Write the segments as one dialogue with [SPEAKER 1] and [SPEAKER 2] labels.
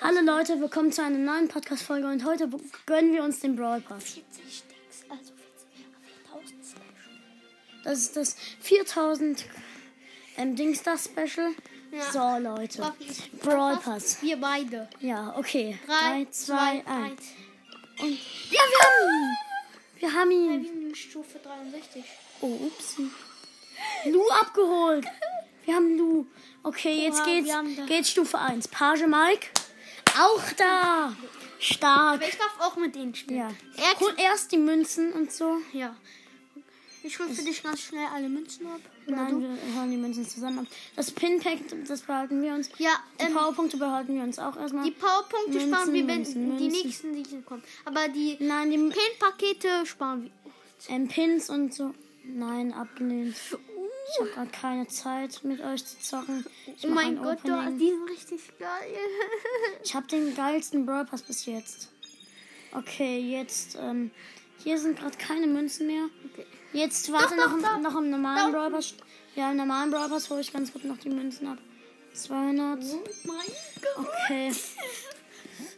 [SPEAKER 1] Hallo Leute, willkommen zu einer neuen Podcast-Folge und heute gönnen wir uns den Brawl Pass.
[SPEAKER 2] 40 Sticks, also 4000 Special.
[SPEAKER 1] Das ist das 4000 ähm, Dingstar Special.
[SPEAKER 2] Ja.
[SPEAKER 1] So Leute, Brawl Pass.
[SPEAKER 2] Wir beide.
[SPEAKER 1] Ja, okay.
[SPEAKER 2] Drei,
[SPEAKER 1] Drei, zwei, eins.
[SPEAKER 2] zwei, eins.
[SPEAKER 1] Und ja, wir haben ihn! Wir haben
[SPEAKER 2] Wir
[SPEAKER 1] ihn.
[SPEAKER 2] sind in Stufe 63.
[SPEAKER 1] Oh, upsi. Lu abgeholt. Wir haben Lu. Okay, jetzt
[SPEAKER 2] Oha,
[SPEAKER 1] geht's,
[SPEAKER 2] wir haben da-
[SPEAKER 1] geht's Stufe 1. Page Mike. Auch da. Stark.
[SPEAKER 2] Aber ich darf auch mit denen spielen.
[SPEAKER 1] Ja.
[SPEAKER 2] Er
[SPEAKER 1] Hol erst die Münzen und so.
[SPEAKER 2] ja. Ich hol für dich ganz schnell alle Münzen ab. Oder
[SPEAKER 1] Nein,
[SPEAKER 2] du?
[SPEAKER 1] wir holen die Münzen zusammen ab. Das Pin-Pack, das behalten wir uns.
[SPEAKER 2] Ja,
[SPEAKER 1] Die
[SPEAKER 2] ähm,
[SPEAKER 1] Powerpunkte behalten wir uns auch erstmal.
[SPEAKER 2] die Powerpunkte
[SPEAKER 1] Münzen,
[SPEAKER 2] sparen wir, wenn
[SPEAKER 1] Münzen,
[SPEAKER 2] die
[SPEAKER 1] Münzen.
[SPEAKER 2] nächsten Siege kommen. Aber die
[SPEAKER 1] Nein, die
[SPEAKER 2] Pin-Pakete sparen wir.
[SPEAKER 1] ähm, Pins und so. Nein, abgelehnt. Ich habe gerade keine Zeit, mit euch zu zocken. Ich
[SPEAKER 2] Oh
[SPEAKER 1] mach
[SPEAKER 2] mein
[SPEAKER 1] ein
[SPEAKER 2] Gott, du,
[SPEAKER 1] Opening.
[SPEAKER 2] die sind richtig geil.
[SPEAKER 1] Ich habe den geilsten Brawl Pass bis jetzt. Okay, jetzt. Ähm, hier sind gerade keine Münzen mehr.
[SPEAKER 2] Okay.
[SPEAKER 1] Jetzt warte
[SPEAKER 2] Doch, doch,
[SPEAKER 1] noch, im-
[SPEAKER 2] doch.
[SPEAKER 1] noch im normalen
[SPEAKER 2] Da
[SPEAKER 1] Brawl Pass. Ja, im normalen Brawl Pass hole ich ganz gut noch die Münzen ab. 200.
[SPEAKER 2] Oh mein Gott.
[SPEAKER 1] Okay.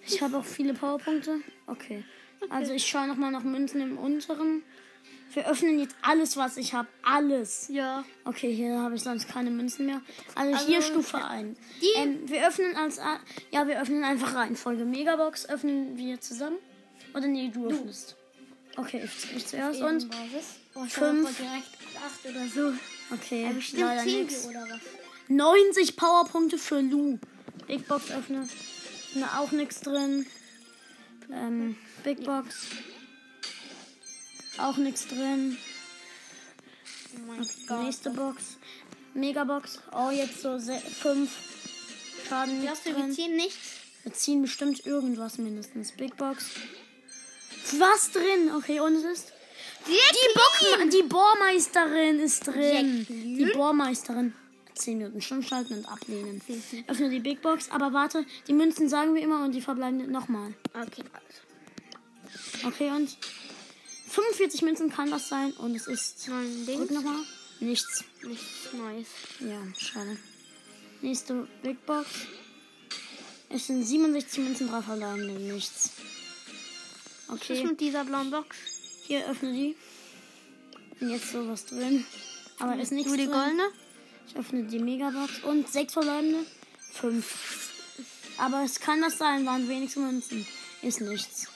[SPEAKER 1] Ich habe auch viele Powerpunkte. Okay. Also ich schaue nochmal nach Münzen im unteren. Wir öffnen jetzt alles, was ich habe. Alles.
[SPEAKER 2] Ja.
[SPEAKER 1] Okay, hier habe ich sonst keine Münzen mehr. Also,
[SPEAKER 2] Also,
[SPEAKER 1] hier Stufe 1.
[SPEAKER 2] die-
[SPEAKER 1] Ähm, wir öffnen als a- ja, wir öffnen einfach Reihenfolge. Megabox öffnen wir zusammen. Oder nee, du öffnest. Okay, ich, ich zuerst und.
[SPEAKER 2] Ehrenbasis. Oh, ich
[SPEAKER 1] Fünf.
[SPEAKER 2] hab aber direkt 8 oder so.
[SPEAKER 1] Okay,
[SPEAKER 2] Bestimmt
[SPEAKER 1] leider
[SPEAKER 2] 10
[SPEAKER 1] nix.
[SPEAKER 2] oder was?
[SPEAKER 1] 90 Powerpunkte für Lou. Big Box öffne. Na, auch nichts drin. Ähm, Big Box. Auch nichts drin.
[SPEAKER 2] Oh mein
[SPEAKER 1] Nächste Box. Megabox. Oh, jetzt so 5. Schaden
[SPEAKER 2] Du
[SPEAKER 1] nichts
[SPEAKER 2] hast wir
[SPEAKER 1] drin.
[SPEAKER 2] ziehen nichts.
[SPEAKER 1] Wir ziehen bestimmt irgendwas mindestens. Big Box. Was drin? Okay, und es ist. Die, Bockma die Bohrmeisterin ist drin.
[SPEAKER 2] Jacqueline.
[SPEAKER 1] Die Bohrmeisterin. 10 Minuten stummschalten und ablehnen. Öffne die Big Box, aber warte, die Münzen sagen wir immer und die verbleiben nochmal.
[SPEAKER 2] Okay, also.
[SPEAKER 1] Okay, und 45 Münzen kann das sein und es ist.
[SPEAKER 2] Nein,
[SPEAKER 1] Drück
[SPEAKER 2] Ding.
[SPEAKER 1] nochmal. Nichts.
[SPEAKER 2] Nichts Neues.
[SPEAKER 1] Ja, schade. Nächste Big Box. Es sind 67 Münzen drauf verloren, denn nichts.
[SPEAKER 2] Was ist
[SPEAKER 1] Okay,
[SPEAKER 2] mit dieser blauen Box?
[SPEAKER 1] hier öffne die. Und jetzt sowas drin. Aber ist nichts
[SPEAKER 2] Nur Hm, die
[SPEAKER 1] drin.
[SPEAKER 2] goldene?
[SPEAKER 1] Ich öffne die Megabox und sechs verbleibende. Fünf. Aber es kann das sein, waren wenigstens Münzen. Ist nichts.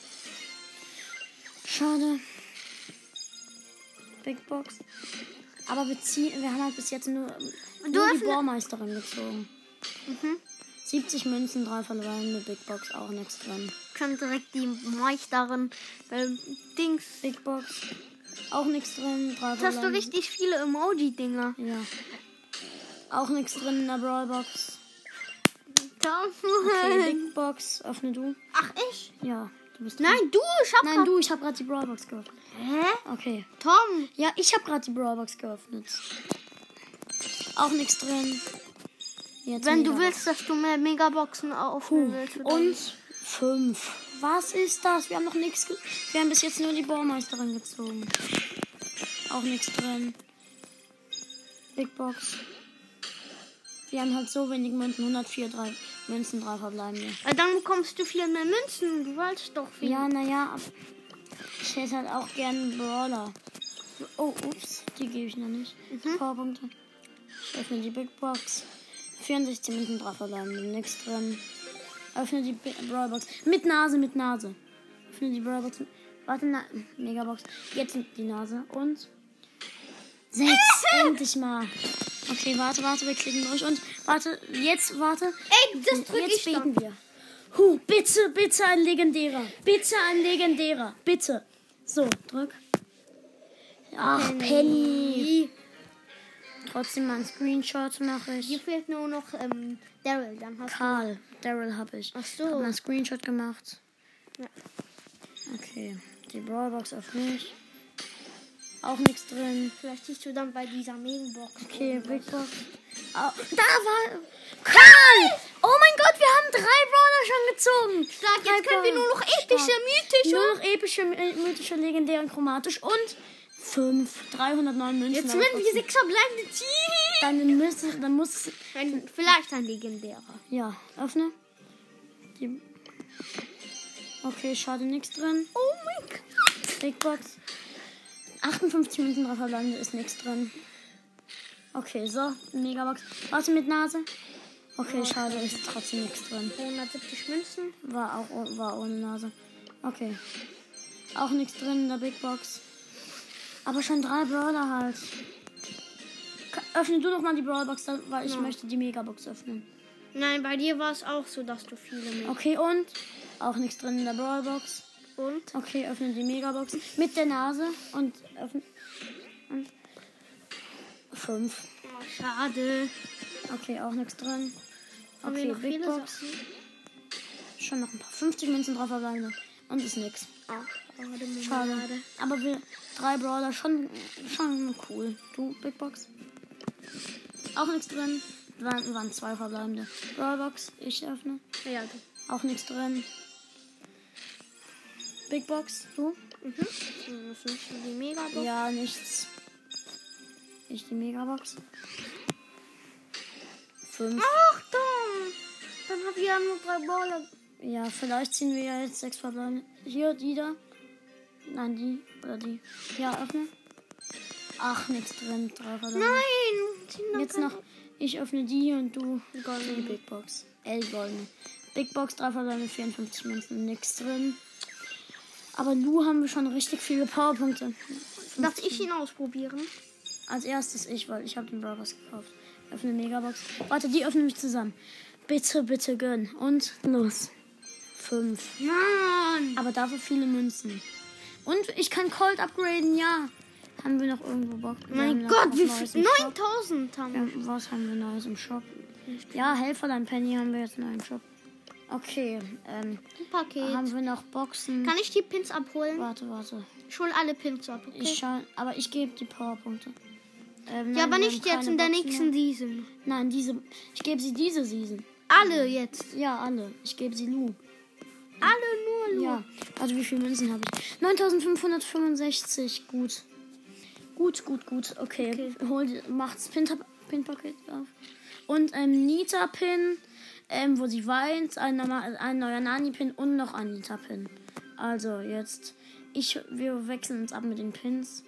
[SPEAKER 1] Schade. Big Box. Aber wir, ziehen, wir haben halt bis jetzt nur,
[SPEAKER 2] Und du
[SPEAKER 1] nur die
[SPEAKER 2] öffne- Mhm.
[SPEAKER 1] Bohrmeisterin gezogen. 70 Münzen, drei verbleibende Big Box, auch nichts drin.
[SPEAKER 2] Kann direkt die Meisterin beim Dings.
[SPEAKER 1] Big Box, auch nichts drin, drei
[SPEAKER 2] Jetzt hast du
[SPEAKER 1] verbleibende.
[SPEAKER 2] richtig viele Emoji-Dinger.
[SPEAKER 1] Ja. Auch nichts drin in der Brawl Box. Okay, Big Box, öffne du.
[SPEAKER 2] Ach, ich?
[SPEAKER 1] Ja, du bist.
[SPEAKER 2] Nein, du, ich hab
[SPEAKER 1] Nein,
[SPEAKER 2] grad-
[SPEAKER 1] du, ich habe gerade die Brawlbox geöffnet.
[SPEAKER 2] Hä?
[SPEAKER 1] Okay.
[SPEAKER 2] Tom.
[SPEAKER 1] Ja, ich habe gerade die Brawlbox geöffnet. Auch nichts drin. Jetzt
[SPEAKER 2] Wenn du
[SPEAKER 1] Megabox.
[SPEAKER 2] willst, dass du mehr Megaboxen aufnehmen willst. oder
[SPEAKER 1] Und
[SPEAKER 2] nicht.
[SPEAKER 1] fünf. Was ist das? Wir haben noch nichts. ge- Wir haben bis jetzt nur die Baumeisterin gezogen. Auch nichts drin. Big Box. Wir haben halt so wenig Münzen. 104 drei Münzen, drei verbleibende.
[SPEAKER 2] Weil Äh, Dann bekommst du viel mehr Münzen. Du wolltest doch viel.
[SPEAKER 1] Ja, naja, ab- ich hätte halt auch gern einen Brawler. Oh, ups, die gebe ich noch nicht. Powerpunkte. Ich öffne die Big Box. 64 Münzen drauf verloren, nichts drin. Öffne die Bi- Brawlbox. Mit Nase, mit Nase. Öffne die Brawlbox. Warte, na, Megabox. Jetzt die Nase und. Sechs, endlich mal. Okay, warte, warte, wir klicken durch und warte, jetzt, warte.
[SPEAKER 2] Ey, das drück
[SPEAKER 1] Hm, Jetzt
[SPEAKER 2] ich doch.
[SPEAKER 1] beten wir. Huh, bitte, bitte ein legendärer. Bitte ein legendärer. Bitte. So, drück. Ach, Penny. Trotzdem mal ein Screenshot mache
[SPEAKER 2] Hier
[SPEAKER 1] ich.
[SPEAKER 2] fehlt nur noch ähm, Daryl. Dann hast
[SPEAKER 1] Karl, Daryl habe ich.
[SPEAKER 2] Ach so.
[SPEAKER 1] Hab mal einen Screenshot gemacht.
[SPEAKER 2] Ja.
[SPEAKER 1] Okay, die Brawlbox auf mich. Auch nichts drin.
[SPEAKER 2] Vielleicht siehst du dann bei dieser Megabox.
[SPEAKER 1] Okay, Big Box. Au- da war. Karl! Oh mein Gott, wir haben drei Brawler schon gezogen.
[SPEAKER 2] Stark,
[SPEAKER 1] Drei
[SPEAKER 2] jetzt können wir
[SPEAKER 1] Brawler.
[SPEAKER 2] nur noch epische,
[SPEAKER 1] Stark.
[SPEAKER 2] mythische.
[SPEAKER 1] Nur noch epische, my- mythische, legendäre und chromatisch. Und fünf, 309 Münzen.
[SPEAKER 2] Jetzt
[SPEAKER 1] aber
[SPEAKER 2] werden wir
[SPEAKER 1] trotzdem.
[SPEAKER 2] sechs verbleibende Tiere.
[SPEAKER 1] Dann, müssen, dann muss es.
[SPEAKER 2] Ein, vielleicht ein legendärer.
[SPEAKER 1] Ja, öffne. Die okay, schade, nichts drin.
[SPEAKER 2] Oh mein Gott.
[SPEAKER 1] Big Box. 58 Münzen drauf verloren, da ist nichts drin. Okay, so, Megabox. Warte mit Nase. Okay, schade, ist trotzdem nichts drin.
[SPEAKER 2] 170 Münzen.
[SPEAKER 1] War auch oh- war ohne Nase. Okay. Auch nichts drin in der Big Box. Aber schon drei Brawler halt. Ka- Öffne du doch mal die Brawlbox, dann- weil ich möchte die Megabox öffnen.
[SPEAKER 2] Nein, bei dir war es auch so, dass du viele mehr.
[SPEAKER 1] Okay, und? Auch nichts drin in der Brawlbox.
[SPEAKER 2] Und?
[SPEAKER 1] Okay, öffne die Megabox. Mit der Nase und öffne. und- Fünf.
[SPEAKER 2] Oh, schade.
[SPEAKER 1] Okay, auch nichts drin.
[SPEAKER 2] Haben wir
[SPEAKER 1] Okay,
[SPEAKER 2] noch
[SPEAKER 1] Big
[SPEAKER 2] viele
[SPEAKER 1] Box. Schon noch ein paar 50 Münzen drauf alleine. Und ist nix.
[SPEAKER 2] Ach, schade,
[SPEAKER 1] Schade.
[SPEAKER 2] Marmelade.
[SPEAKER 1] Aber wir drei Brawler schon, schon cool. Du, Big Box. Auch nichts drin. Waren, waren zwei verbleibende. Brawlbox, ich öffne.
[SPEAKER 2] Ja, du.
[SPEAKER 1] Auch nichts drin. Big Box, du?
[SPEAKER 2] Mhm. Wir müssen nicht in die Megabox.
[SPEAKER 1] Ja, nichts. Ich die Megabox. Fünf.
[SPEAKER 2] Achtung! Dann hab ich ja nur drei Bälle.
[SPEAKER 1] Ja, vielleicht ziehen wir ja jetzt sechs verbleibende. Hier, die da. Nein, die oder die. Ja, öffne. Ach, nichts drin. Drei verbleibende.
[SPEAKER 2] Nein! sind noch
[SPEAKER 1] Jetzt
[SPEAKER 2] keine-
[SPEAKER 1] noch, ich öffne die und du die Big Box. L goldene. Big Box, drei verbleibende 54 Münzen, nix drin. Aber nu haben wir schon richtig viele Powerpunkte.
[SPEAKER 2] Darf ich ihn ausprobieren?
[SPEAKER 1] Als erstes ich, weil ich habe den Brawlers gekauft. Öffne Megabox. Warte, die öffnen mich zusammen. Bitte, bitte gönn. Und los. Fünf.
[SPEAKER 2] Mann!
[SPEAKER 1] Aber dafür viele Münzen. Und ich kann Cold upgraden, ja. Haben wir noch irgendwo Bock? Wir haben
[SPEAKER 2] Mein
[SPEAKER 1] noch
[SPEAKER 2] Gott,
[SPEAKER 1] was
[SPEAKER 2] wie
[SPEAKER 1] Neues
[SPEAKER 2] viel?
[SPEAKER 1] im Shop.
[SPEAKER 2] 9000 haben wir.
[SPEAKER 1] Ja, was haben wir Neues im Shop? Ja, Helferlein Penny haben wir jetzt neu im Shop. Okay, ähm,
[SPEAKER 2] Ein Paket.
[SPEAKER 1] haben wir noch Boxen?
[SPEAKER 2] Kann ich die Pins abholen?
[SPEAKER 1] warte, warte.
[SPEAKER 2] Ich hol alle Pins ab, okay?
[SPEAKER 1] Ich schau, aber ich gebe die Powerpunkte. Ähm, nein,
[SPEAKER 2] ja, aber
[SPEAKER 1] wir
[SPEAKER 2] nicht
[SPEAKER 1] haben
[SPEAKER 2] jetzt
[SPEAKER 1] keine
[SPEAKER 2] in der
[SPEAKER 1] Boxen
[SPEAKER 2] nächsten Season.
[SPEAKER 1] mehr. Nein, diese. Ich gebe sie diese Season.
[SPEAKER 2] Alle jetzt.
[SPEAKER 1] Ja, alle. Ich gebe sie Lu.
[SPEAKER 2] Alle nur Lu.
[SPEAKER 1] Ja. Also wie viele Münzen habe ich? 9565. Gut. Gut, gut, gut. Okay. Hol, die- macht's Pin- Pin-Paket auf. Und ähm, Nita-Pin, ähm, wo sie weint, ein, norma- ein neuer Nani-Pin und noch ein Nita-Pin. Also jetzt, ich, wir wechseln uns ab mit den Pins.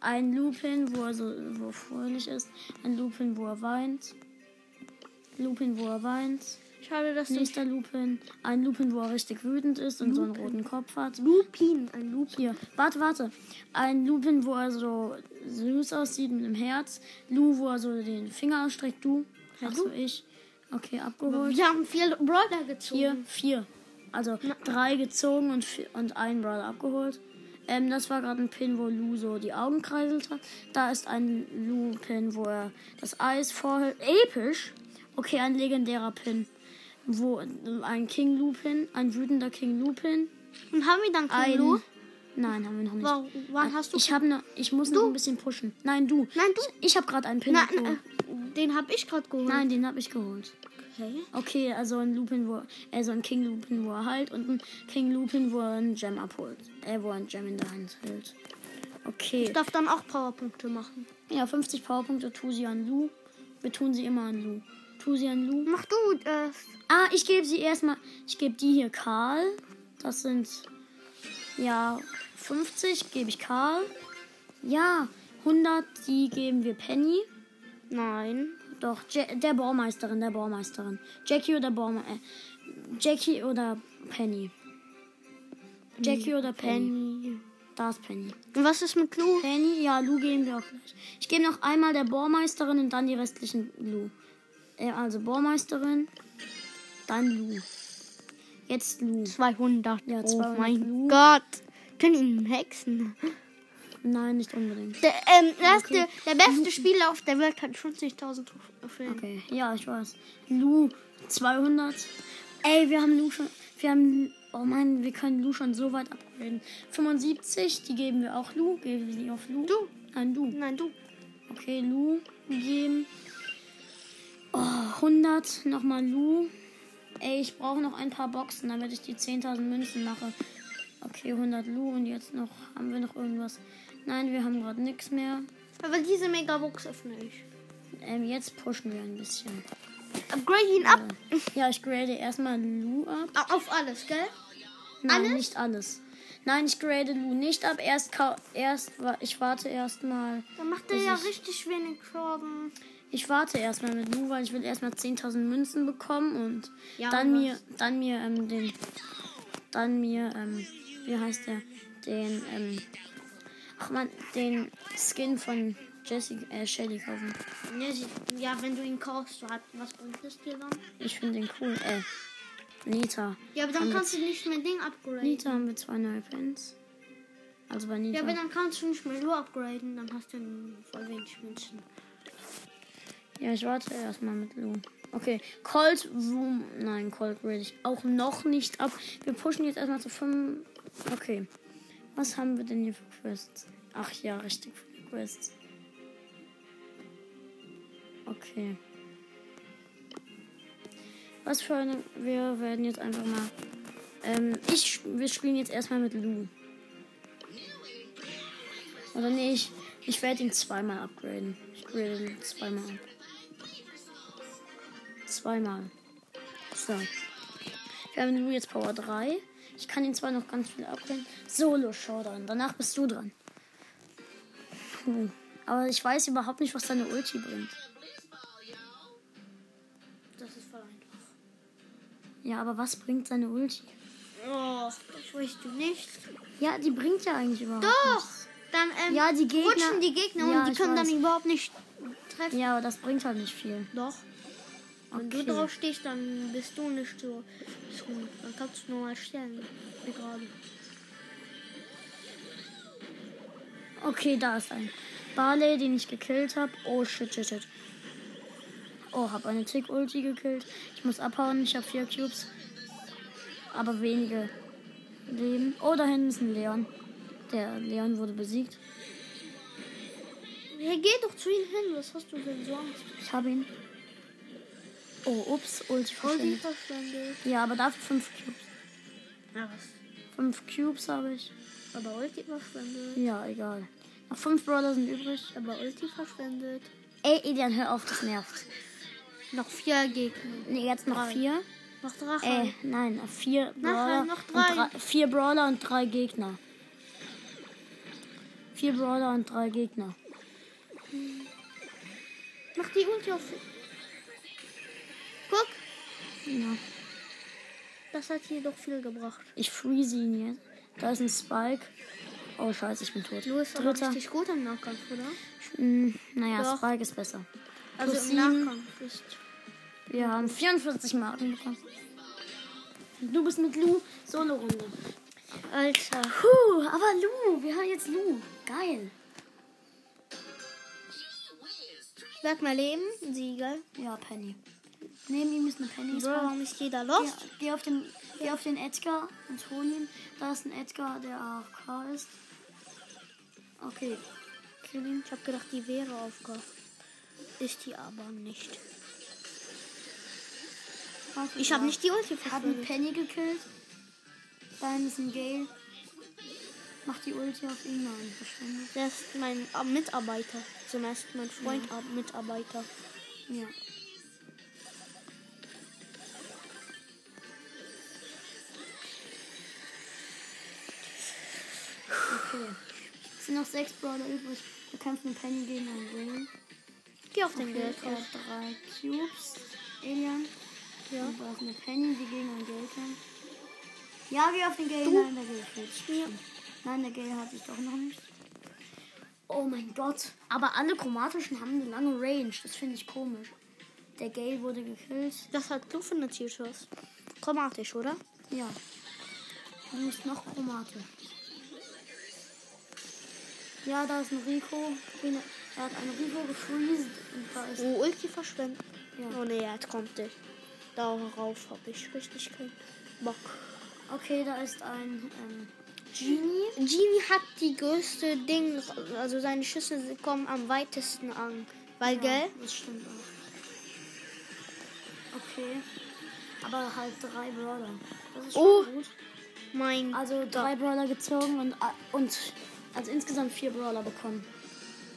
[SPEAKER 1] Ein Lupin, wo er so wo er fröhlich ist. Ein Lupin, wo er weint. Lupin, wo er weint.
[SPEAKER 2] Schade, dass du nicht.
[SPEAKER 1] Nächster Lupin. Ein Lupin, wo er richtig wütend ist und so einen roten Kopf hat.
[SPEAKER 2] Lupin, ein Lupin.
[SPEAKER 1] Hier, warte, warte. Ein Lupin, wo er so süß aussieht mit dem Herz. Lu, wo er so den Finger ausstreckt. Du, hättest du ich. Okay, abgeholt.
[SPEAKER 2] Wir haben vier Brawler gezogen.
[SPEAKER 1] Vier, vier. Also drei gezogen und, vi- und einen Brawler abgeholt. Ähm, das war gerade ein Pin, wo Lu so die Augen kreiselt hat. Da ist ein Lu-Pin, wo er das Eis vorhält. Episch! Okay, ein legendärer Pin. Wo ein King Lu-Pin, ein wütender King Lu-Pin.
[SPEAKER 2] Und haben wir dann
[SPEAKER 1] Ein.
[SPEAKER 2] keinen Lu?
[SPEAKER 1] Nein, haben wir noch nicht.
[SPEAKER 2] Warum- wann hast du-
[SPEAKER 1] Ich habe ne, ich muss noch ein bisschen pushen. Nein, du.
[SPEAKER 2] Nein, du.
[SPEAKER 1] Ich, ich habe gerade einen Pin.
[SPEAKER 2] Nein,
[SPEAKER 1] geholt.
[SPEAKER 2] äh, den hab ich gerade geholt.
[SPEAKER 1] Nein, den habe ich geholt.
[SPEAKER 2] Okay.
[SPEAKER 1] Okay, also ein Lupin, wo also ein King Lupin, wo er halt und ein King Lupin, wo er einen Gem abholt. Äh, wo er einen Gem in der Hand hält. Okay.
[SPEAKER 2] Ich darf dann auch Powerpunkte machen.
[SPEAKER 1] Ja, 50 Powerpunkte tu sie an Lu. Wir tun sie immer an Lu. Tu sie an Lu.
[SPEAKER 2] Mach du das.
[SPEAKER 1] Ah, ich gebe sie erstmal. Ich gebe die hier Karl. Das sind. Ja, 50 gebe ich Karl. Ja, 100, die geben wir Penny.
[SPEAKER 2] Nein.
[SPEAKER 1] Doch, Ja der Baumeisterin, der Baumeisterin. Jackie oder Baumeisterin. Äh, Jackie oder Penny. Jackie oder Penny.
[SPEAKER 2] Penny.
[SPEAKER 1] Da ist Penny.
[SPEAKER 2] Und was ist mit Lu?
[SPEAKER 1] Penny, ja, Lou geben wir auch gleich. Ich gebe noch einmal der Bohrmeisterin und dann die restlichen Lou. Äh, also Bohrmeisterin, dann Lou. Jetzt Lou.
[SPEAKER 2] 200.
[SPEAKER 1] Ja,
[SPEAKER 2] Oh
[SPEAKER 1] 200
[SPEAKER 2] mein
[SPEAKER 1] Lu.
[SPEAKER 2] Gott. Können ihn hexen.
[SPEAKER 1] Nein, nicht unbedingt.
[SPEAKER 2] Der, ähm, erste, der beste Spieler auf der Welt hat 50.000 Trophäen.
[SPEAKER 1] Okay, ja, ich weiß. Lou 200. Ey, wir haben Lou schon. Wir haben. Oh Mann, wir können Lou schon so weit upgraden. 75, die geben wir auch Lou. Geben wir die auf Lou.
[SPEAKER 2] Du.
[SPEAKER 1] Nein, du.
[SPEAKER 2] Nein, du.
[SPEAKER 1] Okay, Lu gegeben. Oh, 100, nochmal Lu. Ey, ich brauche noch ein paar Boxen, damit ich die 10.000 Münzen mache. Okay, 100 Lu und jetzt noch, haben wir noch irgendwas? Nein, wir haben gerade nichts mehr.
[SPEAKER 2] Aber diese Megabox öffne ich.
[SPEAKER 1] Ähm, jetzt pushen wir ein bisschen.
[SPEAKER 2] Upgrade ihn ab.
[SPEAKER 1] Ja, ich grade erstmal Lu ab.
[SPEAKER 2] Auf alles, gell?
[SPEAKER 1] Nein,
[SPEAKER 2] Alles?
[SPEAKER 1] nicht alles. Nein, ich grade Lu nicht ab. Erst, kau- erst wa- ich warte erstmal.
[SPEAKER 2] Dann macht er
[SPEAKER 1] Das
[SPEAKER 2] ja
[SPEAKER 1] ist-
[SPEAKER 2] richtig wenig Schaden.
[SPEAKER 1] Ich warte erstmal mit Lu, weil ich will erstmal 10.000 Münzen bekommen und
[SPEAKER 2] Ja,
[SPEAKER 1] dann
[SPEAKER 2] und
[SPEAKER 1] mir,
[SPEAKER 2] was?
[SPEAKER 1] dann mir ähm, den, dann mir ähm, wie heißt der, den ähm, ach man, den Skin von Jessica äh, Shelly kaufen.
[SPEAKER 2] Ja, sie- Ja, wenn du ihn kaufst, was was bringt das dir dann?
[SPEAKER 1] Ich finde den cool. Äh, Nita.
[SPEAKER 2] Ja, aber dann
[SPEAKER 1] Haben wir-
[SPEAKER 2] kannst du nicht mehr Ding upgraden.
[SPEAKER 1] Nita haben wir zwei neue Pins. Also bei Nita.
[SPEAKER 2] Ja, aber dann kannst du nicht mehr nur upgraden, dann hast du voll wenig Münzen.
[SPEAKER 1] Ja, ich warte erstmal mit Lu. Okay, Cold Room. Nein, Cold grade ich auch noch nicht ab. Wir pushen jetzt erstmal zu 5. Okay. Was haben wir denn hier für Quests? Ach ja, richtig viele Quests. Okay. Was für eine. Wir werden jetzt einfach mal. Ähm, ich. sch- Wir spielen jetzt erstmal mit Lu. Oder nee, ich, ich werde ihn zweimal upgraden. Ich grade ihn zweimal ab. Zweimal. So. Wir haben Lu jetzt Power 3. Ich kann ihn zwar noch ganz viel upgraden. Solo Showdown. Danach bist du dran. Puh. Aber ich weiß überhaupt nicht, was deine Ulti bringt.
[SPEAKER 2] Das ist voll einfach.
[SPEAKER 1] Ja, aber was bringt seine Ulti?
[SPEAKER 2] Oh, das weißt du nicht.
[SPEAKER 1] Ja, die bringt ja eigentlich überhaupt
[SPEAKER 2] Doch!
[SPEAKER 1] nichts.
[SPEAKER 2] Dann ähm,
[SPEAKER 1] Ja, die Gegner-
[SPEAKER 2] rutschen die Gegner
[SPEAKER 1] Ja,
[SPEAKER 2] und die
[SPEAKER 1] ich
[SPEAKER 2] können
[SPEAKER 1] weiß.
[SPEAKER 2] dann überhaupt nicht treffen.
[SPEAKER 1] Ja, aber das bringt halt nicht viel.
[SPEAKER 2] Doch. Wenn
[SPEAKER 1] Okay.
[SPEAKER 2] du drauf stehst, dann bist du nicht so. so. Dann kannst du normal stellen. Wie gerade.
[SPEAKER 1] Okay, da ist ein. Barley, den ich gekillt habe. Oh, shit, shit, shit. Oh, hab eine Tick-Ulti gekillt. Ich muss abhauen, ich habe vier Cubes. Aber wenige Leben. Oh, da hinten ist ein Leon. Der Leon wurde besiegt.
[SPEAKER 2] Hey, geh doch zu ihm hin. Was hast du denn so Angst?
[SPEAKER 1] Ich habe ihn. Oh, ups, Ulti
[SPEAKER 2] Voll die
[SPEAKER 1] verschwendet.
[SPEAKER 2] verschwendet.
[SPEAKER 1] Ja, aber dafür fünf Cubes.
[SPEAKER 2] Ja, was?
[SPEAKER 1] Fünf Cubes habe ich.
[SPEAKER 2] Aber Ulti verschwendet.
[SPEAKER 1] Ja, egal. Noch fünf Brawler sind übrig.
[SPEAKER 2] Aber Ulti verschwendet.
[SPEAKER 1] Ey, Elian, hör auf, das nervt.
[SPEAKER 2] Noch vier Gegner.
[SPEAKER 1] Nee, jetzt noch
[SPEAKER 2] Drei.
[SPEAKER 1] vier.
[SPEAKER 2] Noch Drache.
[SPEAKER 1] Ey, Äh, nein, vier Brawler,
[SPEAKER 2] Nachher noch drei.
[SPEAKER 1] Und drei, vier Brawler und drei Gegner. Vier Brawler und drei Gegner.
[SPEAKER 2] Mach die Ulti auf. Guck,
[SPEAKER 1] Ja.
[SPEAKER 2] das hat hier doch viel gebracht.
[SPEAKER 1] Ich freeze ihn jetzt. Da ist ein Spike. Oh scheiße, ich bin tot.
[SPEAKER 2] Du bist aber
[SPEAKER 1] Dritter.
[SPEAKER 2] richtig gut im Nahkampf, oder?
[SPEAKER 1] Hm, naja,
[SPEAKER 2] Doch.
[SPEAKER 1] Spike ist besser.
[SPEAKER 2] Also
[SPEAKER 1] Plus
[SPEAKER 2] im
[SPEAKER 1] sieben.
[SPEAKER 2] Nahkampf ist.
[SPEAKER 1] Wir haben 44 Marken bekommen. Du bist mit Lu Solo-Runde.
[SPEAKER 2] Alter.
[SPEAKER 1] Puh, aber Lu, wir haben jetzt Lu. Geil.
[SPEAKER 2] Sag mal Leben, Sieger.
[SPEAKER 1] Ja, Penny. Neben ihm ist eine Penny.
[SPEAKER 2] So, warum ist
[SPEAKER 1] Ja,
[SPEAKER 2] jeder los?
[SPEAKER 1] geh auf den, geh auf den Edgar und hol ihn. Da ist ein Edgar, der AFK ist. Okay. Kill ihn.
[SPEAKER 2] Ich hab gedacht, die wäre aufgehört. Ist die aber nicht.
[SPEAKER 1] Warte,
[SPEAKER 2] Ich habe
[SPEAKER 1] ja.
[SPEAKER 2] nicht die Ulti
[SPEAKER 1] Hab einen
[SPEAKER 2] verschwendet.
[SPEAKER 1] Penny gekillt. Da hinten ist ein Gale. Mach die Ulti auf ihn. Nein, verschwindet.
[SPEAKER 2] Der ist mein äh, Mitarbeiter. Zum ersten mein Freund, äh, Mitarbeiter.
[SPEAKER 1] Ja. Okay. Es sind noch sechs Brawler übrig. Wir kämpfen Penny gegen einen Gale.
[SPEAKER 2] Geh auf den
[SPEAKER 1] Okay,
[SPEAKER 2] Geld
[SPEAKER 1] er hat drei Cubes. Elian. Ja. Und da ist eine Penny, die gegen einen Gale kämpft. Ja, geh auf den Gale. Nein, der Gale kriegt.
[SPEAKER 2] Ja.
[SPEAKER 1] Nein, der Gale hatte ich doch noch nicht. Oh mein Gott. Aber alle chromatischen haben eine lange Range. Das finde ich komisch. Der Gale wurde gekillt.
[SPEAKER 2] Das hat du für eine T-Shirts. Chromatisch, oder?
[SPEAKER 1] Ja. Du musst noch Chromate. Ja, da ist ein Rico. ne- Er hat einen Rico gefreezed. Und da ist
[SPEAKER 2] Oh, Ulti verschwenden.
[SPEAKER 1] Ja.
[SPEAKER 2] Oh ne, jetzt kommt der. Darauf habe ich richtig keinen Bock.
[SPEAKER 1] Okay, da ist ein ähm, Genie.
[SPEAKER 2] Genie hat die größte Ding, also seine Schüsse kommen am weitesten an. Weil,
[SPEAKER 1] Ja,
[SPEAKER 2] gell?
[SPEAKER 1] das stimmt auch. Okay. Aber halt drei Brawler. Das ist schon
[SPEAKER 2] Oh.
[SPEAKER 1] gut.
[SPEAKER 2] Mein
[SPEAKER 1] Also drei Brawler gezogen und, a- und also insgesamt vier Brawler bekommen.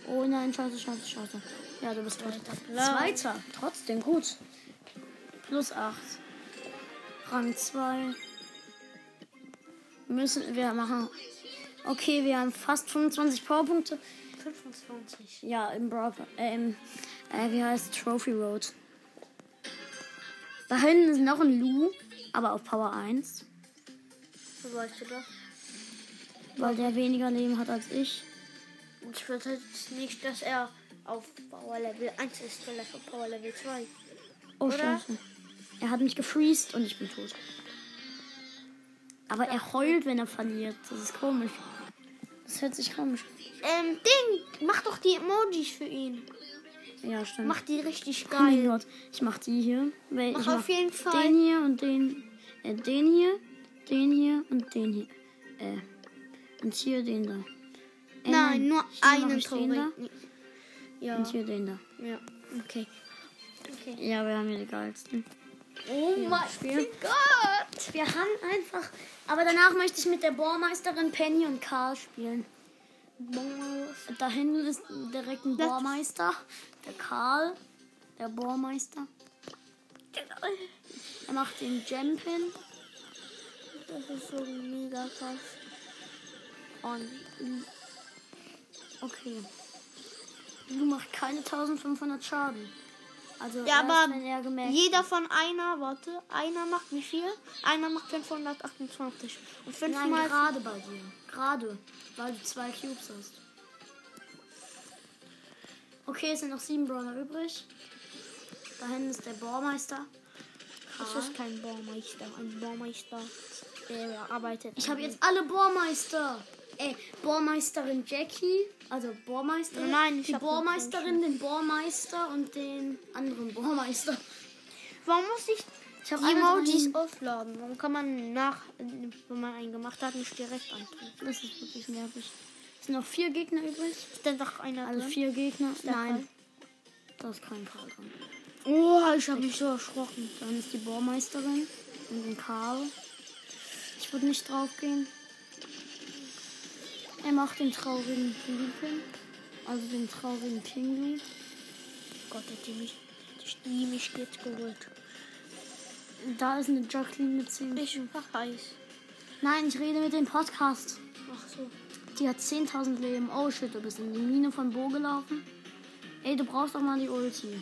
[SPEAKER 1] Oh nein, scheiße, scheiße, scheiße. Ja, du bist Zweiter.
[SPEAKER 2] Platz.
[SPEAKER 1] Zweiter. Trotzdem gut. Plus 8. Rang 2. Müssen wir machen. Okay, wir haben fast 25 Powerpunkte.
[SPEAKER 2] 25.
[SPEAKER 1] Ja, im Brawl. Äh, im, äh, wie heißt Trophy Road? Da hinten ist noch ein Lu, aber auf Power 1.
[SPEAKER 2] So weißt du das?
[SPEAKER 1] Weil der weniger Leben hat als ich.
[SPEAKER 2] Und ich würde jetzt nicht, dass er auf Power Level 1 ist, vielleicht auf Power Level 2.
[SPEAKER 1] Oh,
[SPEAKER 2] Oder?
[SPEAKER 1] Scheiße. Er hat mich gefreezed und ich bin tot. Aber er heult, wenn er verliert. Das ist komisch. Das hört sich komisch
[SPEAKER 2] Ähm, Ding, mach doch die Emojis für ihn.
[SPEAKER 1] an. Ja, stimmt.
[SPEAKER 2] Mach die richtig
[SPEAKER 1] oh mein
[SPEAKER 2] geil.
[SPEAKER 1] Gott. Ich mach die hier. Weil
[SPEAKER 2] Mach
[SPEAKER 1] ich
[SPEAKER 2] auf jeden Fall.
[SPEAKER 1] Den hier und den. Äh, den hier, den hier und den hier. Äh. Und hier den da. Äh,
[SPEAKER 2] Nein, nur
[SPEAKER 1] hier mach
[SPEAKER 2] einen
[SPEAKER 1] ich den da
[SPEAKER 2] traurigen. Ja.
[SPEAKER 1] Und hier den da.
[SPEAKER 2] ja. Okay. Okay.
[SPEAKER 1] Ja, wir haben hier die geilsten.
[SPEAKER 2] Oh mein
[SPEAKER 1] Spiel.
[SPEAKER 2] Gott!
[SPEAKER 1] Wir haben einfach. Aber danach möchte ich mit der Bohrmeisterin Penny und Karl spielen. Da hinten ist direkt ein
[SPEAKER 2] Das-
[SPEAKER 1] Bohrmeister. Der Karl. Der Bohrmeister. Er macht den Jumpin.
[SPEAKER 2] Das ist so mega krass.
[SPEAKER 1] Und. Okay. Du machst keine 1500 Schaden. Also,
[SPEAKER 2] Ja,
[SPEAKER 1] erst,
[SPEAKER 2] aber
[SPEAKER 1] wenn er gemerkt
[SPEAKER 2] Jeder von einer, warte, einer macht wie viel? Einer macht 528. Und
[SPEAKER 1] Nein,
[SPEAKER 2] fünfmal.
[SPEAKER 1] gerade bei dir. Gerade, weil du zwei Cubes hast. Okay, es sind noch sieben Brawler übrig. Da hinten ist der Bohrmeister.
[SPEAKER 2] das ist kein Baumeister. Ein Baumeister, der arbeitet.
[SPEAKER 1] Ich habe jetzt alle Bohrmeister. Ey, Bohrmeisterin Jackie, also Bohrmeisterin.
[SPEAKER 2] Nein, ich
[SPEAKER 1] die
[SPEAKER 2] hab noch
[SPEAKER 1] Bohrmeisterin, den Bohrmeister und den anderen Bohrmeister.
[SPEAKER 2] Warum muss ich
[SPEAKER 1] Ich habe
[SPEAKER 2] die Emojis aufladen? Warum kann man nach, wenn man einen gemacht hat, nicht direkt antun?
[SPEAKER 1] Das ist wirklich nervig. Es sind noch vier Gegner übrig.
[SPEAKER 2] Ist denn doch einer
[SPEAKER 1] Also
[SPEAKER 2] drin?
[SPEAKER 1] vier Gegner.
[SPEAKER 2] der
[SPEAKER 1] Nein. Da ist kein Karl drin.
[SPEAKER 2] Oh, ich habe mich so erschrocken.
[SPEAKER 1] Dann ist die Bohrmeisterin und ein Karl. Ich würde nicht draufgehen. Er macht den traurigen Pinguin. Also den traurigen Pinguin.
[SPEAKER 2] Gott, hat die mich, die mich jetzt geholt.
[SPEAKER 1] Da ist eine Jacqueline mit 10.
[SPEAKER 2] Ich weiß.
[SPEAKER 1] Nein, ich rede mit dem Podcast.
[SPEAKER 2] Ach so.
[SPEAKER 1] Die hat 10.000 Leben. Oh shit, du bist in die Mine von Bo gelaufen. Ey, du brauchst doch mal die Ulti.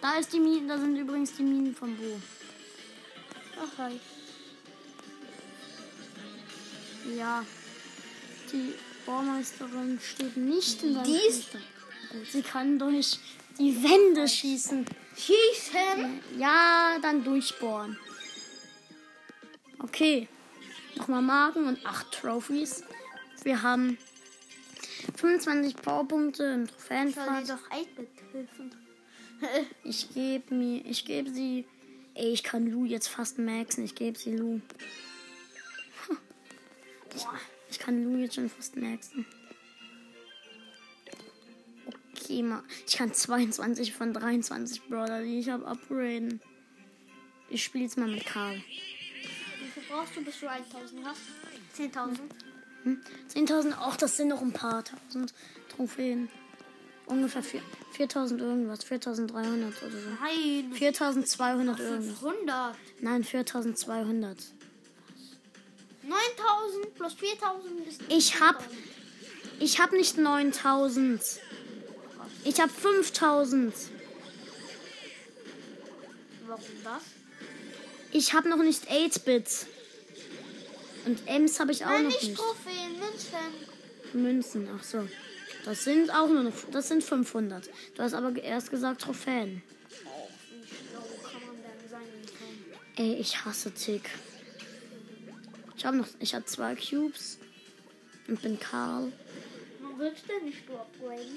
[SPEAKER 1] Da ist die Mine, da sind übrigens die Minen von Bo.
[SPEAKER 2] Ach, weiß.
[SPEAKER 1] Ja. Die Baumeisterin steht nicht in seinem
[SPEAKER 2] Die ist-
[SPEAKER 1] Fenster. Sie kann durch die Wände schießen.
[SPEAKER 2] Schießen!
[SPEAKER 1] Ja, dann durchbohren. Okay. Nochmal Marken und 8 Trophies. Wir haben 25 Powerpunkte im
[SPEAKER 2] Soll
[SPEAKER 1] Trophäenfahrt.
[SPEAKER 2] dir doch 8 helfen.
[SPEAKER 1] Ich gebe mir, ich gebe sie. Ey, ich kann Lou jetzt fast maxen. Ich gebe sie Lou. Ich kann Lou jetzt schon fast maxen. Okay, mal. Ich kann 22 von 23 Brawler, die ich habe, upgraden. Ich spiele jetzt mal mit Karl.
[SPEAKER 2] Wie viel brauchst du, bis du 1000 hast? 10.000?
[SPEAKER 1] Hm? 10.000, ach, das sind noch ein paar tausend Trophäen. Ungefähr vier- 4.000 irgendwas, 4.300 oder so.
[SPEAKER 2] Nein!
[SPEAKER 1] 4.200 irgendwas.
[SPEAKER 2] 500!
[SPEAKER 1] Nein, 4200.
[SPEAKER 2] 9000 plus 4000 ist.
[SPEAKER 1] Ich hab. Ich hab nicht 9000. Ich hab 5000.
[SPEAKER 2] Warum das?
[SPEAKER 1] Ich hab noch nicht 8-Bit. Und Ems habe ich auch
[SPEAKER 2] Nein,
[SPEAKER 1] noch
[SPEAKER 2] nicht
[SPEAKER 1] nicht.
[SPEAKER 2] Trophäen, Münzen.
[SPEAKER 1] Münzen, ach so. Das sind auch nur noch. Das sind 500. Du hast aber ge- erst gesagt Trophäen.
[SPEAKER 2] Oh, Wie schlau kann man denn sein?
[SPEAKER 1] Ey, ich hasse Tick. Ich hab noch. Ich hab zwei Cubes. Und bin Karl.
[SPEAKER 2] Man willst du nicht nur upgraden?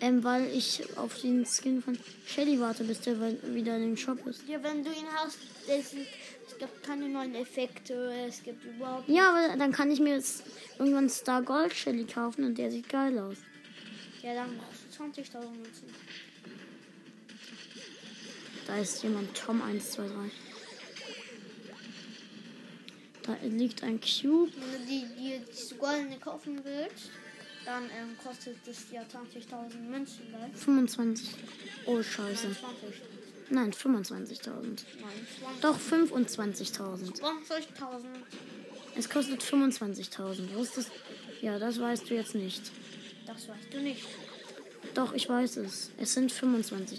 [SPEAKER 1] Ähm, weil ich auf den Skin von Shelly warte, bis der we- wieder in den Shop ist.
[SPEAKER 2] Ja, wenn du ihn hast, es, sind- es gibt keine neuen Effekte, es gibt überhaupt.
[SPEAKER 1] Ja, aber dann kann ich mir jetzt irgendwann Star Gold Shelly kaufen und der sieht geil aus.
[SPEAKER 2] Ja, dann brauchst du 20.000 Münzen.
[SPEAKER 1] Da ist jemand Tom 123. Da liegt ein Cube.
[SPEAKER 2] Wenn du die, die, diese goldene kaufen willst, dann ähm, kostet das ja 20.000 Münzen, ne?
[SPEAKER 1] 25. Oh, scheiße.
[SPEAKER 2] 20.
[SPEAKER 1] Nein, 25.000.
[SPEAKER 2] Nein,
[SPEAKER 1] Doch 25.000.
[SPEAKER 2] 20.000.
[SPEAKER 1] Es kostet 25.000. Wusstest Ja, das weißt du jetzt nicht.
[SPEAKER 2] Das weißt du nicht.
[SPEAKER 1] Doch, ich weiß es. Es sind 25.000.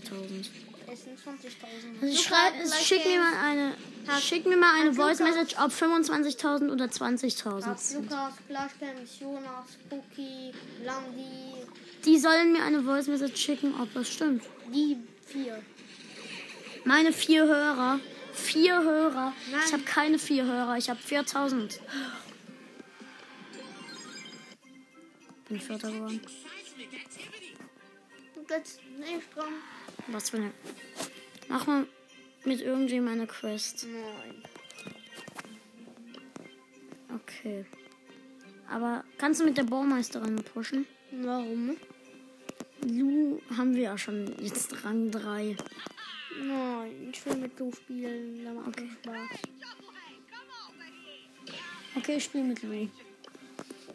[SPEAKER 2] Es sind 20.000.
[SPEAKER 1] Also
[SPEAKER 2] Luca,
[SPEAKER 1] schreib,
[SPEAKER 2] like
[SPEAKER 1] schick mir mal eine, schick mir mal eine
[SPEAKER 2] hat Luca-
[SPEAKER 1] Voice Message, ob 25.000 oder 20.000
[SPEAKER 2] Games.
[SPEAKER 1] sind.
[SPEAKER 2] Lukas, Flashcams, Jonas, Cookie, Landi,
[SPEAKER 1] Die sollen mir eine Voice Message schicken, ob das stimmt.
[SPEAKER 2] die vier.
[SPEAKER 1] Meine vier Hörer. Vier Hörer.
[SPEAKER 2] Nein.
[SPEAKER 1] Ich habe keine vier Hörer. Ich habe 4000. Bin Vierter geworden.
[SPEAKER 2] Jetzt nicht dran.
[SPEAKER 1] Was für eine. Mach mal mit irgendjemandem eine Quest.
[SPEAKER 2] Nein.
[SPEAKER 1] Okay. Aber kannst du mit der Baumeisterin pushen?
[SPEAKER 2] Warum?
[SPEAKER 1] Lu haben wir ja schon jetzt Rang 3.
[SPEAKER 2] Nein, ich will mit du spielen. Da macht
[SPEAKER 1] Okay.
[SPEAKER 2] okay. Spaß.
[SPEAKER 1] Okay, ich spiele mit Louis.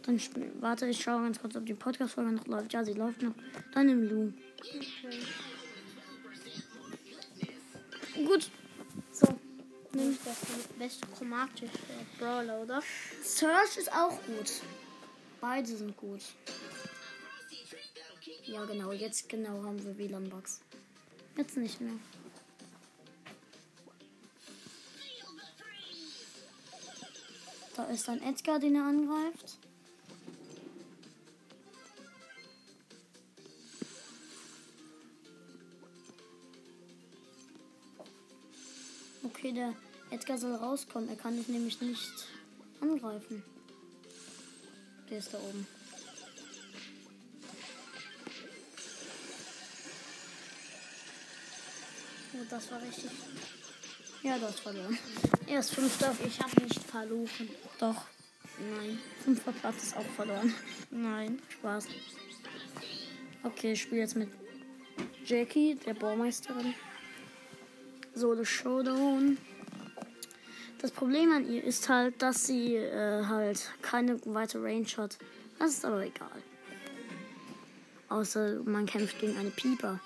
[SPEAKER 1] Dann spiel, warte, ich schaue ganz kurz, ob die Podcast-Folge noch läuft. Ja, sie läuft noch. Dann nimm Lou. Gut. So.
[SPEAKER 2] Das ist das beste chromatische Brawler, oder?
[SPEAKER 1] Search ist auch gut. Beide sind gut. Ja, genau. Jetzt genau haben wir WLAN-Box. Jetzt nicht mehr. Da ist ein Edgar, den er angreift. Okay, der Edgar soll rauskommen. Er kann dich nämlich nicht angreifen. Der ist da oben.
[SPEAKER 2] Oh, das war richtig.
[SPEAKER 1] Ja, du hast verloren. Er ist fünfter.
[SPEAKER 2] Ich habe nicht verloren.
[SPEAKER 1] Doch.
[SPEAKER 2] Nein.
[SPEAKER 1] Fünfter Platz ist auch verloren.
[SPEAKER 2] Nein.
[SPEAKER 1] Spaß. Okay, ich spiele jetzt mit Jackie, der Baumeisterin. Solo Showdown. Das Problem an ihr ist halt, dass sie äh, halt keine weite Range hat. Das ist aber egal. Außer man kämpft gegen eine Pieper.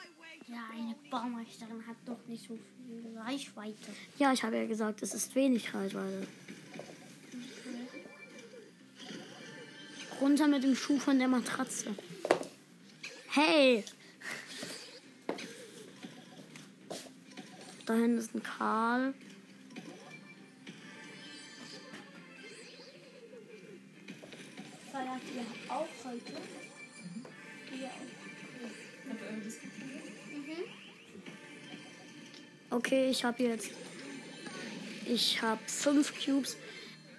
[SPEAKER 2] Ja, eine Baumeisterin hat doch nicht so viel Reichweite.
[SPEAKER 1] Ja, ich habe ja gesagt, es ist wenig Reichweite. Runter mit dem Schuh von der Matratze. Hey! Da hinten ist ein Karl.
[SPEAKER 2] Feiert ihr auch heute? Ja.
[SPEAKER 1] Mhm. Okay, ich habe jetzt. Ich habe fünf Cubes.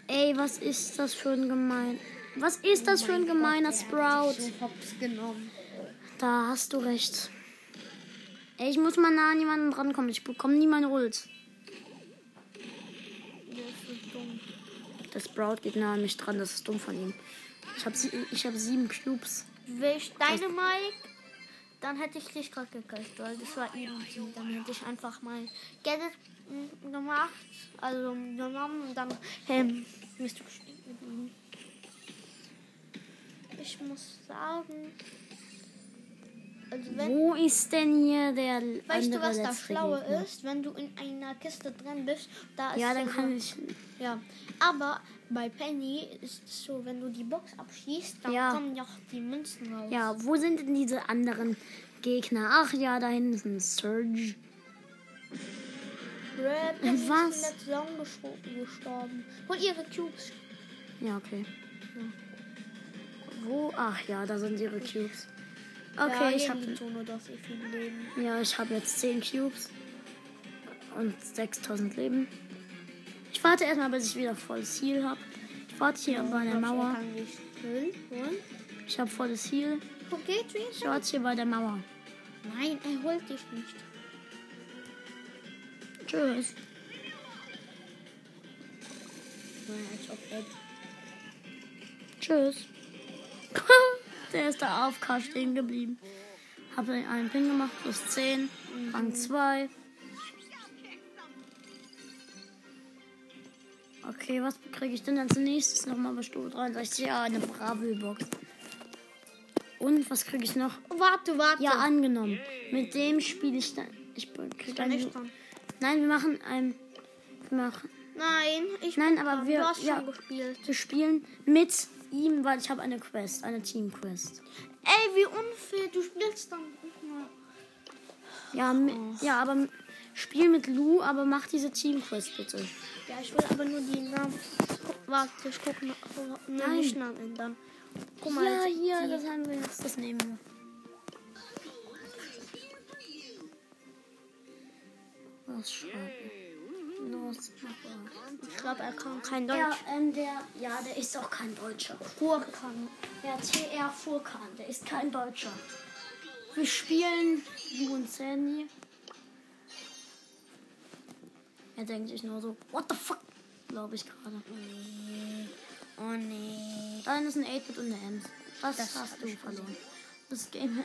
[SPEAKER 1] Ey, was ist das für ein gemein. Was ist das für ein gemeiner Sprout?
[SPEAKER 2] So hops genommen.
[SPEAKER 1] Da hast du recht. Ey, ich muss mal nah an jemanden drankommen. Ich bekomme nie meine Ult.
[SPEAKER 2] Das ist dumm.
[SPEAKER 1] Der Sprout geht nah an mich dran. Das ist dumm von ihm. Ich habe sie ich hab sieben Cubes.
[SPEAKER 2] Wäre deine Mike, dann hätte ich dich gerade gekriegt, weil das war irgendwie. Dann hätte ich einfach mal Gadget mm, gemacht, also genommen und dann ähm, bist du gestorben. Ich muss sagen, also wenn,
[SPEAKER 1] Wo ist denn hier der
[SPEAKER 2] weißt du,
[SPEAKER 1] andere
[SPEAKER 2] was das
[SPEAKER 1] letzte
[SPEAKER 2] Schlaue
[SPEAKER 1] Gegner?
[SPEAKER 2] ist? Wenn du in einer Kiste drin bist, da ist
[SPEAKER 1] Ja,
[SPEAKER 2] so
[SPEAKER 1] dann
[SPEAKER 2] eine-
[SPEAKER 1] kann ich.
[SPEAKER 2] ja, aber bei Penny ist es so, wenn du die Box abschießt, dann
[SPEAKER 1] Ja.
[SPEAKER 2] kommen ja auch die Münzen raus.
[SPEAKER 1] Ja, wo sind denn diese anderen Gegner? Ach ja, da hinten ist ein Surge.
[SPEAKER 2] Brad Pitt
[SPEAKER 1] Was?
[SPEAKER 2] ist in der Saison geschro- gestorben. Hol ihre Cubes.
[SPEAKER 1] Ja, okay. Wo? Ach ja, da sind ihre Cubes. Okay,
[SPEAKER 2] ja,
[SPEAKER 1] ich
[SPEAKER 2] die
[SPEAKER 1] habe
[SPEAKER 2] Zone, dass sie viel leben.
[SPEAKER 1] Ja, ich habe jetzt 10 Cubes und 6000 Leben. Ich warte erstmal, bis ich wieder volles Heal habe. Ich warte hier bei der
[SPEAKER 2] Ich
[SPEAKER 1] Mauer.
[SPEAKER 2] kann sich Müll holen.
[SPEAKER 1] Ich habe volles Heal.
[SPEAKER 2] Okay,
[SPEAKER 1] Ich
[SPEAKER 2] Trisha.
[SPEAKER 1] warte hier bei der Mauer.
[SPEAKER 2] Nein, er holt dich nicht.
[SPEAKER 1] Tschüss.
[SPEAKER 2] Nein, als ob er...
[SPEAKER 1] Tschüss. der ist da auf K stehen geblieben. Habe einen Pin gemacht, plus 10, Rang 2. Okay, was kriege ich denn als nächstes nochmal bei Stufe 63? Ja, eine Bravel-Box. Und was kriege ich noch?
[SPEAKER 2] Oh, Warte, warte.
[SPEAKER 1] Ja, angenommen. Mit dem spiele ich dann. Ich bin
[SPEAKER 2] Ich bin nicht dran.
[SPEAKER 1] Nein, wir machen ein. Wir machen.
[SPEAKER 2] Nein, ich
[SPEAKER 1] Nein,
[SPEAKER 2] bin
[SPEAKER 1] aber
[SPEAKER 2] dran.
[SPEAKER 1] wir-
[SPEAKER 2] Du hast
[SPEAKER 1] ja.
[SPEAKER 2] schon gespielt.
[SPEAKER 1] Wir spielen mit ihm, weil ich habe eine Quest, eine Team-Quest.
[SPEAKER 2] Ey, wie unfair. Du spielst dann nicht mal.
[SPEAKER 1] Ja, mi- ja, aber m- spiel mit Lou, aber mach diese Team-Quest bitte.
[SPEAKER 2] Ja, ich will aber nur die Namen. Guck, warte, ich gucke
[SPEAKER 1] Nein.
[SPEAKER 2] Nein. nicht Namen ändern. Guck mal.
[SPEAKER 1] Ja,
[SPEAKER 2] jetzt
[SPEAKER 1] hier,
[SPEAKER 2] die-
[SPEAKER 1] das haben wir jetzt, das nehmen wir. Was schade. Oh, Los, mach
[SPEAKER 2] Ich glaube, er kann kein
[SPEAKER 1] mal.
[SPEAKER 2] Deutsch.
[SPEAKER 1] Ja, ähm, der, ja, der ist auch kein Deutscher. Furkan. Ja, TR Furkan, der ist kein Deutscher. Wir spielen Lou und Sandy. Er denkt sich nur so, what the fuck, glaube ich gerade.
[SPEAKER 2] Oh nee.
[SPEAKER 1] Dein ist ein 8-Bit und eine Ems. Das,
[SPEAKER 2] Das
[SPEAKER 1] hast
[SPEAKER 2] hab
[SPEAKER 1] du
[SPEAKER 2] ich
[SPEAKER 1] verloren. Das Game.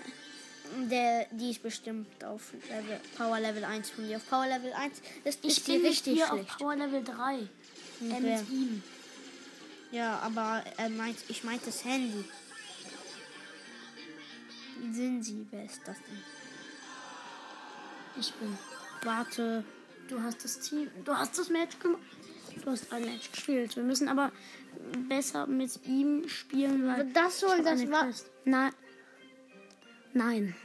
[SPEAKER 2] Der, die ist bestimmt auf Level, Power Level 1 von dir. Auf Power Level 1 ist
[SPEAKER 1] Ich
[SPEAKER 2] ist die
[SPEAKER 1] bin mit
[SPEAKER 2] richtig
[SPEAKER 1] dir
[SPEAKER 2] schlecht.
[SPEAKER 1] auf Power Level 3.
[SPEAKER 2] Und
[SPEAKER 1] Äh,
[SPEAKER 2] wer?
[SPEAKER 1] mit ihm.
[SPEAKER 2] Ja, aber er meint, ich meinte das Handy. Sind sie, wer ist das denn?
[SPEAKER 1] Ich bin.
[SPEAKER 2] Warte.
[SPEAKER 1] Du hast das Team. Du hast das Match gemacht. Du hast ein Match gespielt. Wir müssen aber besser mit ihm spielen, weil.
[SPEAKER 2] Das soll
[SPEAKER 1] ich hab
[SPEAKER 2] das
[SPEAKER 1] eine
[SPEAKER 2] wa-
[SPEAKER 1] Quest. Nein. Nein.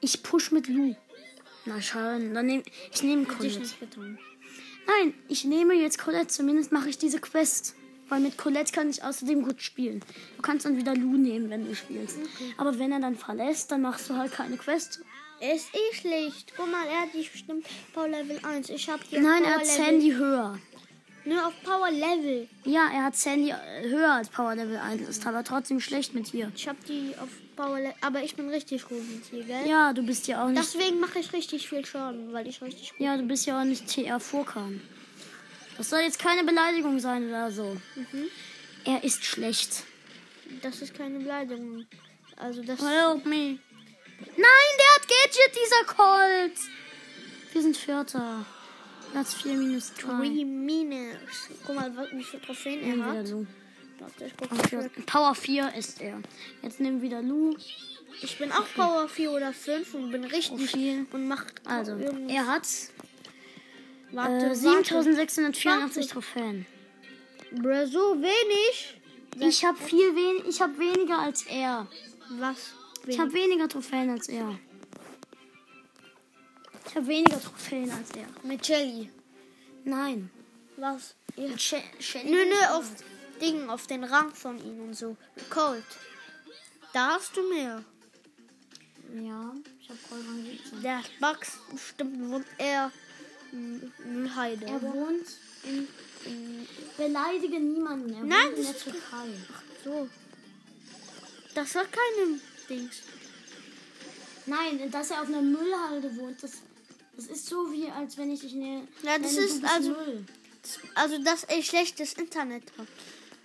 [SPEAKER 1] Ich push mit Lu. Na schön. Dann nehm, ich nehme Colette.
[SPEAKER 2] getan.
[SPEAKER 1] Nein, ich nehme jetzt Colette. Zumindest mache ich diese Quest. Weil mit Colette kann ich außerdem gut spielen. Du kannst dann wieder Lou nehmen, wenn du spielst. Aber wenn er dann verlässt, dann machst du halt keine Quest.
[SPEAKER 2] Ist eh schlecht. Guck mal, er hat die bestimmt Power Level 1. Ich hab die auf
[SPEAKER 1] Nein,
[SPEAKER 2] Power
[SPEAKER 1] er hat
[SPEAKER 2] Level.
[SPEAKER 1] Sandy höher.
[SPEAKER 2] Nur auf Power Level.
[SPEAKER 1] Ja, er hat Sandy äh, höher als Power Level 1. Ist aber trotzdem schlecht mit ihr.
[SPEAKER 2] Ich hab die auf Power Level. Aber ich bin richtig gut mit hier, gell?
[SPEAKER 1] Ja, du bist ja auch nicht.
[SPEAKER 2] Deswegen mache ich richtig viel Schaden, weil ich richtig gut.
[SPEAKER 1] Ja, du bist ja auch nicht TR Vorkan. Das soll jetzt keine Beleidigung sein oder so.
[SPEAKER 2] Mhm.
[SPEAKER 1] Er ist schlecht.
[SPEAKER 2] Das ist keine Beleidigung. Also das.
[SPEAKER 1] Help me. Nein, der hat Gadget, dieser Colt. Wir sind Vierter. Platz 4 minus 3.
[SPEAKER 2] Three Minus. Guck mal, was- wie viele Trophäen er
[SPEAKER 1] Wieder
[SPEAKER 2] hat.
[SPEAKER 1] Lou.
[SPEAKER 2] Warte, ich, guck
[SPEAKER 1] Auf
[SPEAKER 2] mal.
[SPEAKER 1] vier- Power 4 ist er. Jetzt nehmen wir wieder Lou.
[SPEAKER 2] ich bin auch Power 4 oder 5 und bin richtig
[SPEAKER 1] Profil.
[SPEAKER 2] und mach
[SPEAKER 1] Also,
[SPEAKER 2] irgendwie-
[SPEAKER 1] er hat
[SPEAKER 2] warte,
[SPEAKER 1] äh, 7684 Trophäen.
[SPEAKER 2] warte. Bruh, so wenig.
[SPEAKER 1] Ich habe viel wen ich habe weniger als er.
[SPEAKER 2] Was?
[SPEAKER 1] Ich habe weniger Trophäen als er. Ich habe weniger Trophäen als er.
[SPEAKER 2] mit Jelly.
[SPEAKER 1] Nein.
[SPEAKER 2] Was? Ja.
[SPEAKER 1] Che- Che-
[SPEAKER 2] Nö, nö, auf Ding, auf den Rang von ihm und so. Cold. Da hast du mehr.
[SPEAKER 1] Ja, ich habe Gold Rang 17.
[SPEAKER 2] Der hat Bugs bestimmt wohnt er in in Heide.
[SPEAKER 1] Er wohnt in, in beleidige niemanden. Er
[SPEAKER 2] Nein,
[SPEAKER 1] wohnt in der
[SPEAKER 2] das-
[SPEAKER 1] Türkei.
[SPEAKER 2] so. Das war kein Dings.
[SPEAKER 1] Nein, dass er auf einer Müllhalde wohnt, das, das ist so wie als wenn ich dich nenne.
[SPEAKER 2] Ja, das
[SPEAKER 1] nenne, du
[SPEAKER 2] ist
[SPEAKER 1] bist
[SPEAKER 2] also-
[SPEAKER 1] Müll.
[SPEAKER 2] Also, dass er schlechtes Internet hat.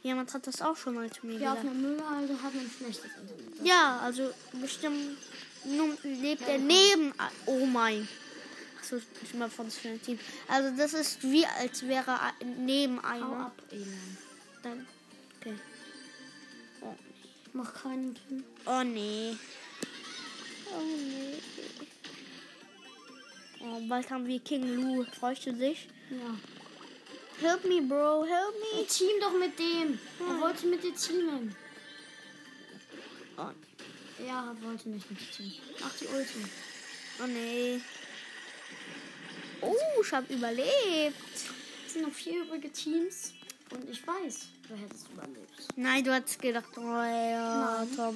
[SPEAKER 2] Jemand hat das auch schon mal zu mir
[SPEAKER 1] Ja, auf
[SPEAKER 2] gesagt.
[SPEAKER 1] einer Müllhalde hat man schlechtes Internet.
[SPEAKER 2] Ja, also bestimmt nun lebt er neben. Oh mein. Achso, ich mal von das für ein Team. Also, das ist wie als wäre er neben
[SPEAKER 1] Hau
[SPEAKER 2] einer.
[SPEAKER 1] ab, Elon.
[SPEAKER 2] Dann. Okay. Oh.
[SPEAKER 1] Mach keinen Ton.
[SPEAKER 2] Oh nee. Oh nee. Oh, bald haben wir King Lou. Freust du dich?
[SPEAKER 1] Ja.
[SPEAKER 2] Help me, Bro. Help me.
[SPEAKER 1] Team doch mit dem. Er
[SPEAKER 2] Nein.
[SPEAKER 1] wollte mit dir teamen.
[SPEAKER 2] Oh,
[SPEAKER 1] Ja, er wollte nicht mit dir teamen. Mach die Ulti.
[SPEAKER 2] oh nee. Oh, ich hab überlebt.
[SPEAKER 1] Es sind noch vier übrige Teams. Und ich weiß, du hättest überlebt.
[SPEAKER 2] Nein, du hast gedacht, oh ja,
[SPEAKER 1] Nein.
[SPEAKER 2] Tom,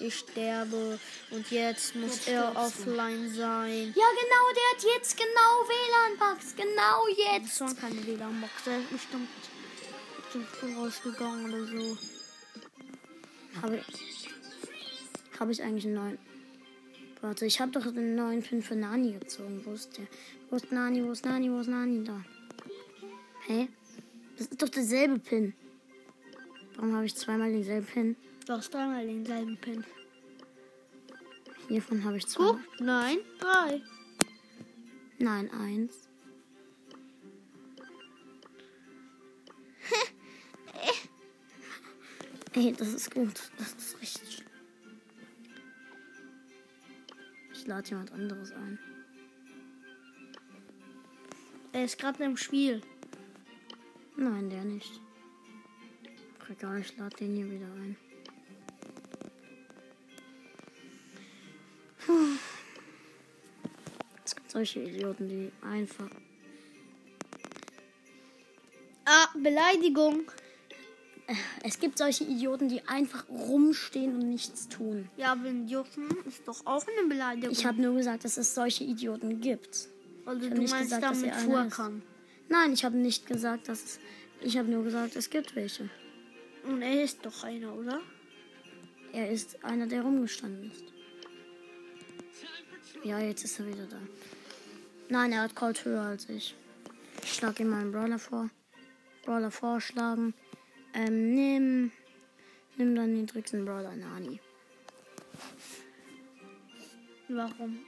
[SPEAKER 2] ich sterbe. Und jetzt muss
[SPEAKER 1] Jetzt
[SPEAKER 2] er
[SPEAKER 1] stirbst du.
[SPEAKER 2] offline sein.
[SPEAKER 1] Ja, genau, der hat jetzt genau WLAN-Bugs. Genau jetzt.
[SPEAKER 2] Das waren keine WLAN-Box. Der ist bestimmt, bestimmt rausgegangen oder so.
[SPEAKER 1] Habe ich, hab ich eigentlich einen neuen. Warte, ich habe doch einen neuen Pin für Nani gezogen. Wo ist der? Wo ist Nani? Wo ist Nani? Wo ist Nani? Da. Hä? Das ist doch derselbe Pin. Warum habe ich zweimal denselben Pin?
[SPEAKER 2] Du hast dreimal den selben Pin.
[SPEAKER 1] Hiervon habe ich zwei.
[SPEAKER 2] Guck, nein, drei.
[SPEAKER 1] Nein, eins. Ey, das ist gut. Das ist richtig. schlimm. Ich lade jemand anderes ein.
[SPEAKER 2] Der ist gerade im Spiel.
[SPEAKER 1] Nein, der nicht. Ach, Egal, ich lade den hier wieder ein. Puh. Es gibt solche Idioten, die einfach.
[SPEAKER 2] Ah, Beleidigung.
[SPEAKER 1] Es gibt solche Idioten, die einfach rumstehen und nichts tun.
[SPEAKER 2] Ja, wenn dürfen, ist doch auch eine Beleidigung.
[SPEAKER 1] Ich habe nur gesagt, dass es solche Idioten gibt.
[SPEAKER 2] also
[SPEAKER 1] hab
[SPEAKER 2] du
[SPEAKER 1] nicht
[SPEAKER 2] meinst
[SPEAKER 1] gesagt, dass
[SPEAKER 2] damit
[SPEAKER 1] er einer ist.
[SPEAKER 2] Furkan.
[SPEAKER 1] Nein, ich habe nicht gesagt, dass es. Ich habe nur gesagt, es gibt welche.
[SPEAKER 2] Und er ist doch einer, oder?
[SPEAKER 1] Er ist einer, der rumgestanden ist. Ja, jetzt ist er wieder da. Nein, er hat Colt höher als ich. Ich schlage ihm mal einen Brawler vor. Brawler vorschlagen. Ähm, nimm. Nimm dann den niedrigsten Brawler, Nani.
[SPEAKER 2] Warum?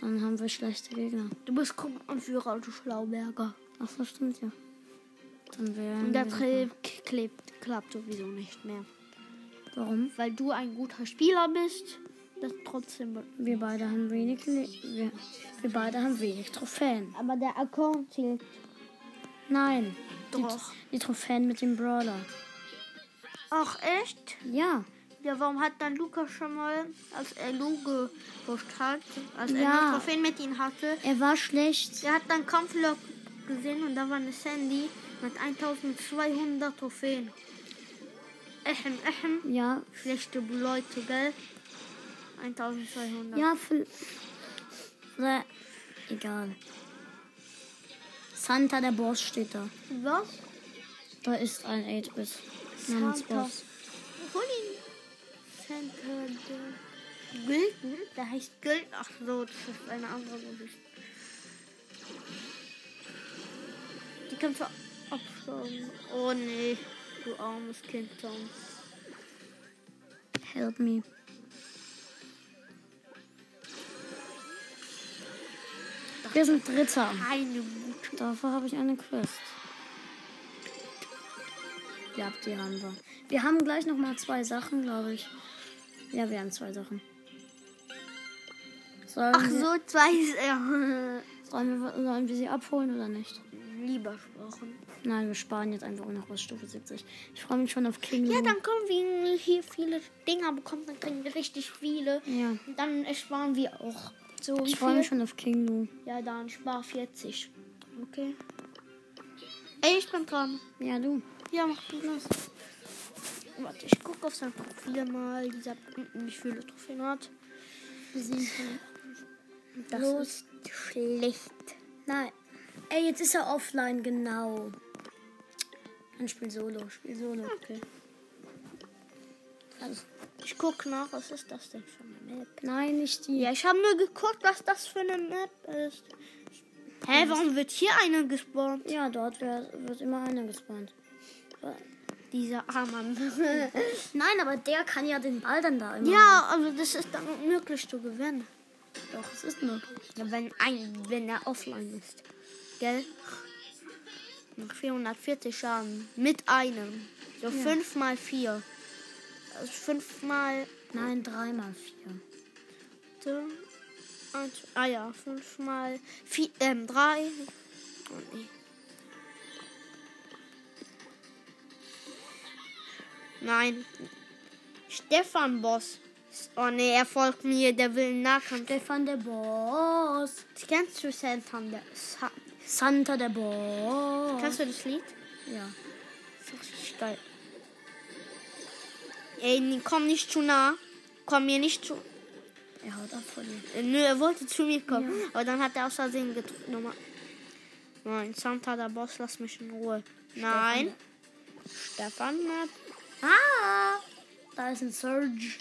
[SPEAKER 1] Dann haben wir schlechte Gegner.
[SPEAKER 2] Du bist Gruppenführer, du Schlauberger.
[SPEAKER 1] Ach, das stimmt ja. Dann
[SPEAKER 2] Und
[SPEAKER 1] wären
[SPEAKER 2] der
[SPEAKER 1] wir-
[SPEAKER 2] Trail klebt, klappt sowieso nicht mehr.
[SPEAKER 1] Warum?
[SPEAKER 2] Weil du ein guter Spieler bist, das trotzdem.
[SPEAKER 1] Wir beide haben wenig. Le wir, wir beide haben wenig Trophäen.
[SPEAKER 2] Aber der Account zählt.
[SPEAKER 1] Nein.
[SPEAKER 2] Doch.
[SPEAKER 1] Die, die Trophäen mit dem Brawler.
[SPEAKER 2] Ach echt?
[SPEAKER 1] Ja.
[SPEAKER 2] Ja, warum hat dann Lukas schon mal, als er Lu gepusht hat, als er
[SPEAKER 1] Ja.
[SPEAKER 2] ja. Trophäen mit ihm hatte,
[SPEAKER 1] Er war schlecht.
[SPEAKER 2] er hat dann Kampflog gesehen und da war eine Sandy mit 1200 Trophäen. Ehem, ehem.
[SPEAKER 1] Ja.
[SPEAKER 2] Schlechte Leute, gell? 1200.
[SPEAKER 1] Ja, für. Äh, Egal. Santa, der Boss, steht da.
[SPEAKER 2] Was?
[SPEAKER 1] Da ist ein 8-Bit namens
[SPEAKER 2] Santa.
[SPEAKER 1] Boss.
[SPEAKER 2] Hol ihn. Santa de Gülden? Der heißt Gülden. Ach so, das ist eine andere Geschichte. Die Kämpfe abschlagen. Oh nee, du armes Kind, Tom.
[SPEAKER 1] Help me. Wir sind Dritter.
[SPEAKER 2] Keine gute.
[SPEAKER 1] Dafür habe ich eine Quest. Ja, die haben wir. Wir haben gleich noch mal zwei Sachen, glaube ich. Ja, wir haben zwei Sachen. Sollen,
[SPEAKER 2] Ach so, zwei ist er.
[SPEAKER 1] wir, sollen, wir, sollen wir sie abholen oder nicht?
[SPEAKER 2] Lieber Sprachen.
[SPEAKER 1] Nein, wir sparen jetzt einfach noch was Stufe 70. Ich freue mich schon auf King.
[SPEAKER 2] Ja,
[SPEAKER 1] Lou.
[SPEAKER 2] dann kommen wir hier viele Dinger bekommen, dann kriegen wir richtig viele.
[SPEAKER 1] Ja.
[SPEAKER 2] Und dann sparen wir auch. So, wie
[SPEAKER 1] Ich freue mich
[SPEAKER 2] viel?
[SPEAKER 1] schon auf King. Lou.
[SPEAKER 2] Ja, dann spar 40. Okay. Ey, ich bin dran.
[SPEAKER 1] Ja, du.
[SPEAKER 2] Ja, mach du los. Warte, ich gucke auf sein Profil mal. Dieser wie viele Trophäen hat.
[SPEAKER 1] Das
[SPEAKER 2] los. schlecht.
[SPEAKER 1] Nein. Ey, jetzt ist er offline, genau. Dann spiel Solo, spiel Solo.
[SPEAKER 2] Okay. Also, ich guck nach, was ist das denn für eine Map?
[SPEAKER 1] Nein, nicht die.
[SPEAKER 2] Ja, ich habe nur geguckt, was das für eine Map ist. Hä, warum wird hier eine gespawnt?
[SPEAKER 1] Ja, dort wär, wird immer einer gespawnt.
[SPEAKER 2] Dieser arme
[SPEAKER 1] Nein, aber der kann ja den Ball dann da immer.
[SPEAKER 2] Ja, aber das ist dann unmöglich zu gewinnen.
[SPEAKER 1] Doch, es ist möglich.
[SPEAKER 2] Ja, wenn, ein, wenn er offline ist. Gell? Noch 440 Schaden. Mit einem. So fünf mal vier. Also fünf mal.
[SPEAKER 1] Nein, dreimal vier.
[SPEAKER 2] Warte. Eins, ah ja, fünf mal. Vier, ähm, drei. Oh, nee. Nein. Stefan Boss. Oh nee, er folgt mir, der will einen Nahkampf.
[SPEAKER 1] Stefan der Boss.
[SPEAKER 2] Kennst du Santander? Sa
[SPEAKER 1] Santa der Boss.
[SPEAKER 2] Kannst du das Lied?
[SPEAKER 1] ja.
[SPEAKER 2] Das ist richtig geil. Ey, nee, komm nicht zu nah. Komm mir nicht zu.
[SPEAKER 1] Er haut ab von dir.
[SPEAKER 2] Äh, Nö, er wollte zu mir kommen. Aber dann hat er aus Versehen gedrückt. Nochmal. Nein, Santa, der Boss, lass mich in Ruhe. Nein. Stefan, Map.
[SPEAKER 1] Ah! Da ist ein Surge.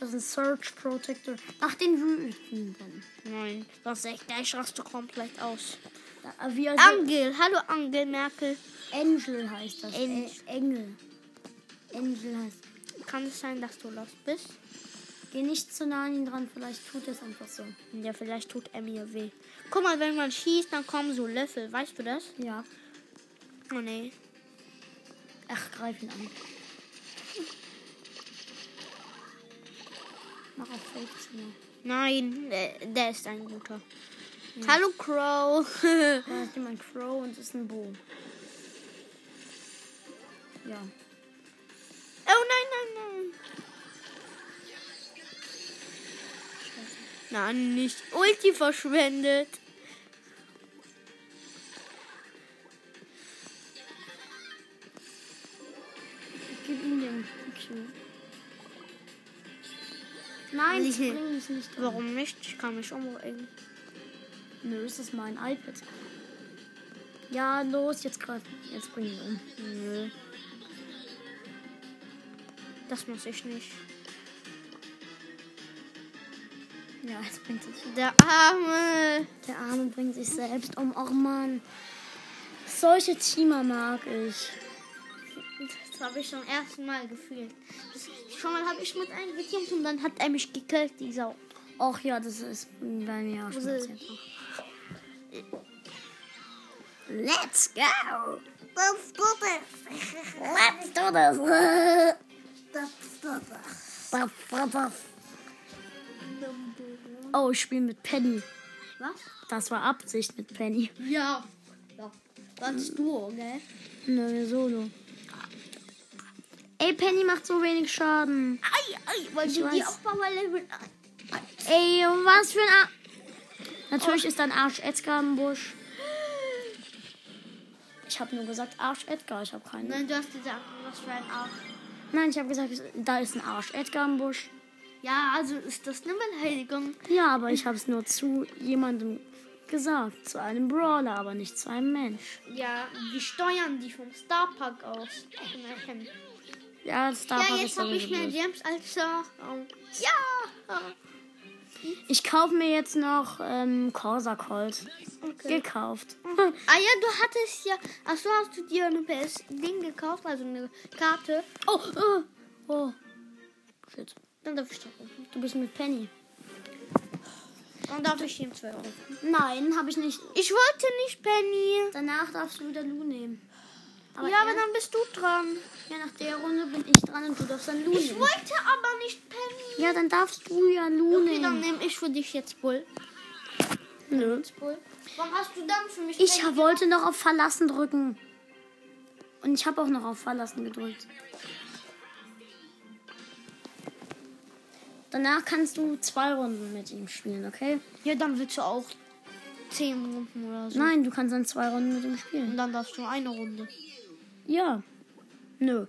[SPEAKER 1] Das ist ein Surge Protector. Mach den wütenden.
[SPEAKER 2] Nein, sonst echt, gleich rast du komplett aus.
[SPEAKER 1] Da, ah, wie also
[SPEAKER 2] Angel, hallo Angel Merkel.
[SPEAKER 1] Angel heißt das.
[SPEAKER 2] Angel.
[SPEAKER 1] Ä- Engel. Angel heißt.
[SPEAKER 2] Kann es sein, dass du los bist?
[SPEAKER 1] Geh nicht zu nah an ihn dran, vielleicht tut er es einfach so.
[SPEAKER 2] Ja, vielleicht tut er mir weh. Guck mal, wenn man schießt, dann kommen so Löffel. Weißt du das?
[SPEAKER 1] Ja.
[SPEAKER 2] Oh nee.
[SPEAKER 1] Ach, greif ihn an. Mach auf Fake Zimmer.
[SPEAKER 2] Nein, der, der ist ein guter. Hallo Crow. Oh,
[SPEAKER 1] Da ist jemand Crow und es ist ein Bo. Ja.
[SPEAKER 2] Oh nein, nein, nein. Na, nicht Ulti verschwendet.
[SPEAKER 1] Ich gebe ihm den Q.
[SPEAKER 2] Nein,
[SPEAKER 1] Ich bringe es nicht an.
[SPEAKER 2] Warum nicht? Ich kann mich umbringen.
[SPEAKER 1] Nö, ist das mein iPad. Ja, los, jetzt gerade. Jetzt bring ihn um.
[SPEAKER 2] Nö. Das muss ich nicht.
[SPEAKER 1] Ja, jetzt bringt es.
[SPEAKER 2] Der Arme.
[SPEAKER 1] Der Arme bringt sich selbst um. Och Mann. Solche Teamer mag ich.
[SPEAKER 2] Das habe ich zum ersten Mal gefühlt. Das, schon mal habe ich mit einem gekämpft und dann hat er mich gekillt, die Sau.
[SPEAKER 1] Och ja, das ist bei mir auch schon
[SPEAKER 2] Wo sie-
[SPEAKER 1] passiert. Let's go!
[SPEAKER 2] Let's do Oh.
[SPEAKER 1] Let's do this! Buff, buff, buff. Oh, ich spiele mit Penny.
[SPEAKER 2] Was?
[SPEAKER 1] Das war Absicht mit Penny.
[SPEAKER 2] Ja. ja. Das ist Duo, gell?
[SPEAKER 1] Nö, solo. Ey, Penny macht so wenig Schaden.
[SPEAKER 2] Ei, ei, weil
[SPEAKER 1] Ich
[SPEAKER 2] du die
[SPEAKER 1] weiß.
[SPEAKER 2] auf Power Level
[SPEAKER 1] Ey, was für ein Ar Natürlich ist dein Arsch Edgar im Busch. Ich habe nur gesagt Arsch Edgar, ich habe keinen.
[SPEAKER 2] Nein, du hast gesagt, was für ein Arsch.
[SPEAKER 1] Nein, ich habe gesagt, da ist ein Arsch Edgar im Busch.
[SPEAKER 2] Ja, also ist das eine Beleidigung.
[SPEAKER 1] Ja, aber ich habe es nur zu jemandem gesagt. Zu einem Brawler, aber nicht zu einem Mensch.
[SPEAKER 2] Ja, die steuern die vom Starpark aus. Ja,
[SPEAKER 1] Ja, das darf man
[SPEAKER 2] jetzt habe ich mehr Gems als da. Ja!
[SPEAKER 1] Ich kaufe mir jetzt noch ähm, Corsa Colt.
[SPEAKER 2] Okay.
[SPEAKER 1] Gekauft.
[SPEAKER 2] Ah ja, du hattest ja. Achso, hast du dir eine PS-Ding gekauft, also eine Karte.
[SPEAKER 1] Oh, oh, oh. Shit.
[SPEAKER 2] Dann darf ich doch rufen.
[SPEAKER 1] Du bist mit Penny.
[SPEAKER 2] Dann darf ich ihm zwei Euro.
[SPEAKER 1] Nein, habe ich nicht.
[SPEAKER 2] Ich wollte nicht, Penny.
[SPEAKER 1] Danach darfst du wieder Lou nehmen. Aber
[SPEAKER 2] ja,
[SPEAKER 1] ja,
[SPEAKER 2] aber dann bist du dran.
[SPEAKER 1] ja, nach der Runde bin ich dran und du darfst dann Lou
[SPEAKER 2] Ich
[SPEAKER 1] nehmen.
[SPEAKER 2] wollte aber nicht, Penny.
[SPEAKER 1] Ja, dann darfst du ja Lou
[SPEAKER 2] Okay, dann
[SPEAKER 1] nehmen.
[SPEAKER 2] nehme ich für dich jetzt Bull.
[SPEAKER 1] Nö.
[SPEAKER 2] Bull. Warum hast du dann für mich
[SPEAKER 1] Ich
[SPEAKER 2] Penny?
[SPEAKER 1] wollte noch auf Verlassen drücken. Und ich habe auch noch auf Verlassen gedrückt. Danach kannst du zwei Runden mit ihm spielen, okay?
[SPEAKER 2] Ja, dann willst du auch zehn Runden oder so.
[SPEAKER 1] Nein, du kannst dann zwei Runden mit ihm
[SPEAKER 2] Und
[SPEAKER 1] spielen.
[SPEAKER 2] dann darfst du eine Runde.
[SPEAKER 1] Ja. Nö.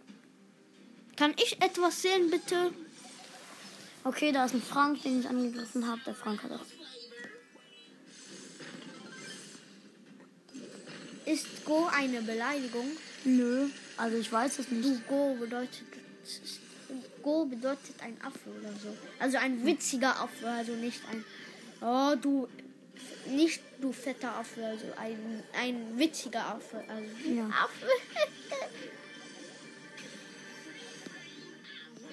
[SPEAKER 2] Kann ich etwas sehen, bitte?
[SPEAKER 1] Okay, da ist ein Frank, den ich angegriffen habe. Der Frank hat auch.
[SPEAKER 2] Ist Go eine Beleidigung?
[SPEAKER 1] Nö. Also ich weiß es nicht.
[SPEAKER 2] Du, Go bedeutet. Go bedeutet ein Affe oder so. Also ein witziger Affe, also nicht ein. Oh, du. Nicht du fetter Affe, also ein, ein witziger Affe. Also
[SPEAKER 1] Ja.
[SPEAKER 2] Affe.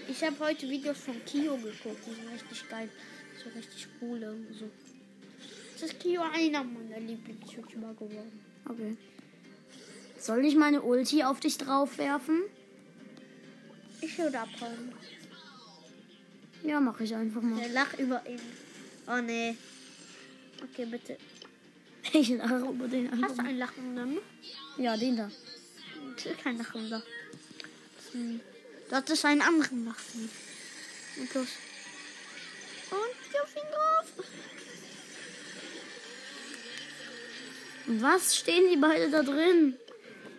[SPEAKER 2] Ich habe heute Videos von Kio geguckt, die sind richtig geil. So richtig coole. und So. Jetzt ist Kio einer meiner Lieblings-YouTuber geworden.
[SPEAKER 1] Okay. Soll ich meine Ulti auf dich draufwerfen?
[SPEAKER 2] Ich würde abhauen.
[SPEAKER 1] Ja, mache ich einfach mal.
[SPEAKER 2] Der lach über ihn. Oh nee. Okay, bitte.
[SPEAKER 1] Ich lache über den
[SPEAKER 2] Hast du
[SPEAKER 1] anderen.
[SPEAKER 2] einen lachenden?
[SPEAKER 1] Ja, den da.
[SPEAKER 2] Das ist kein lachender. Hm. Du hattest einen anderen lachenden. Und los. Und der Finger auf.
[SPEAKER 1] Was stehen die beide da drin?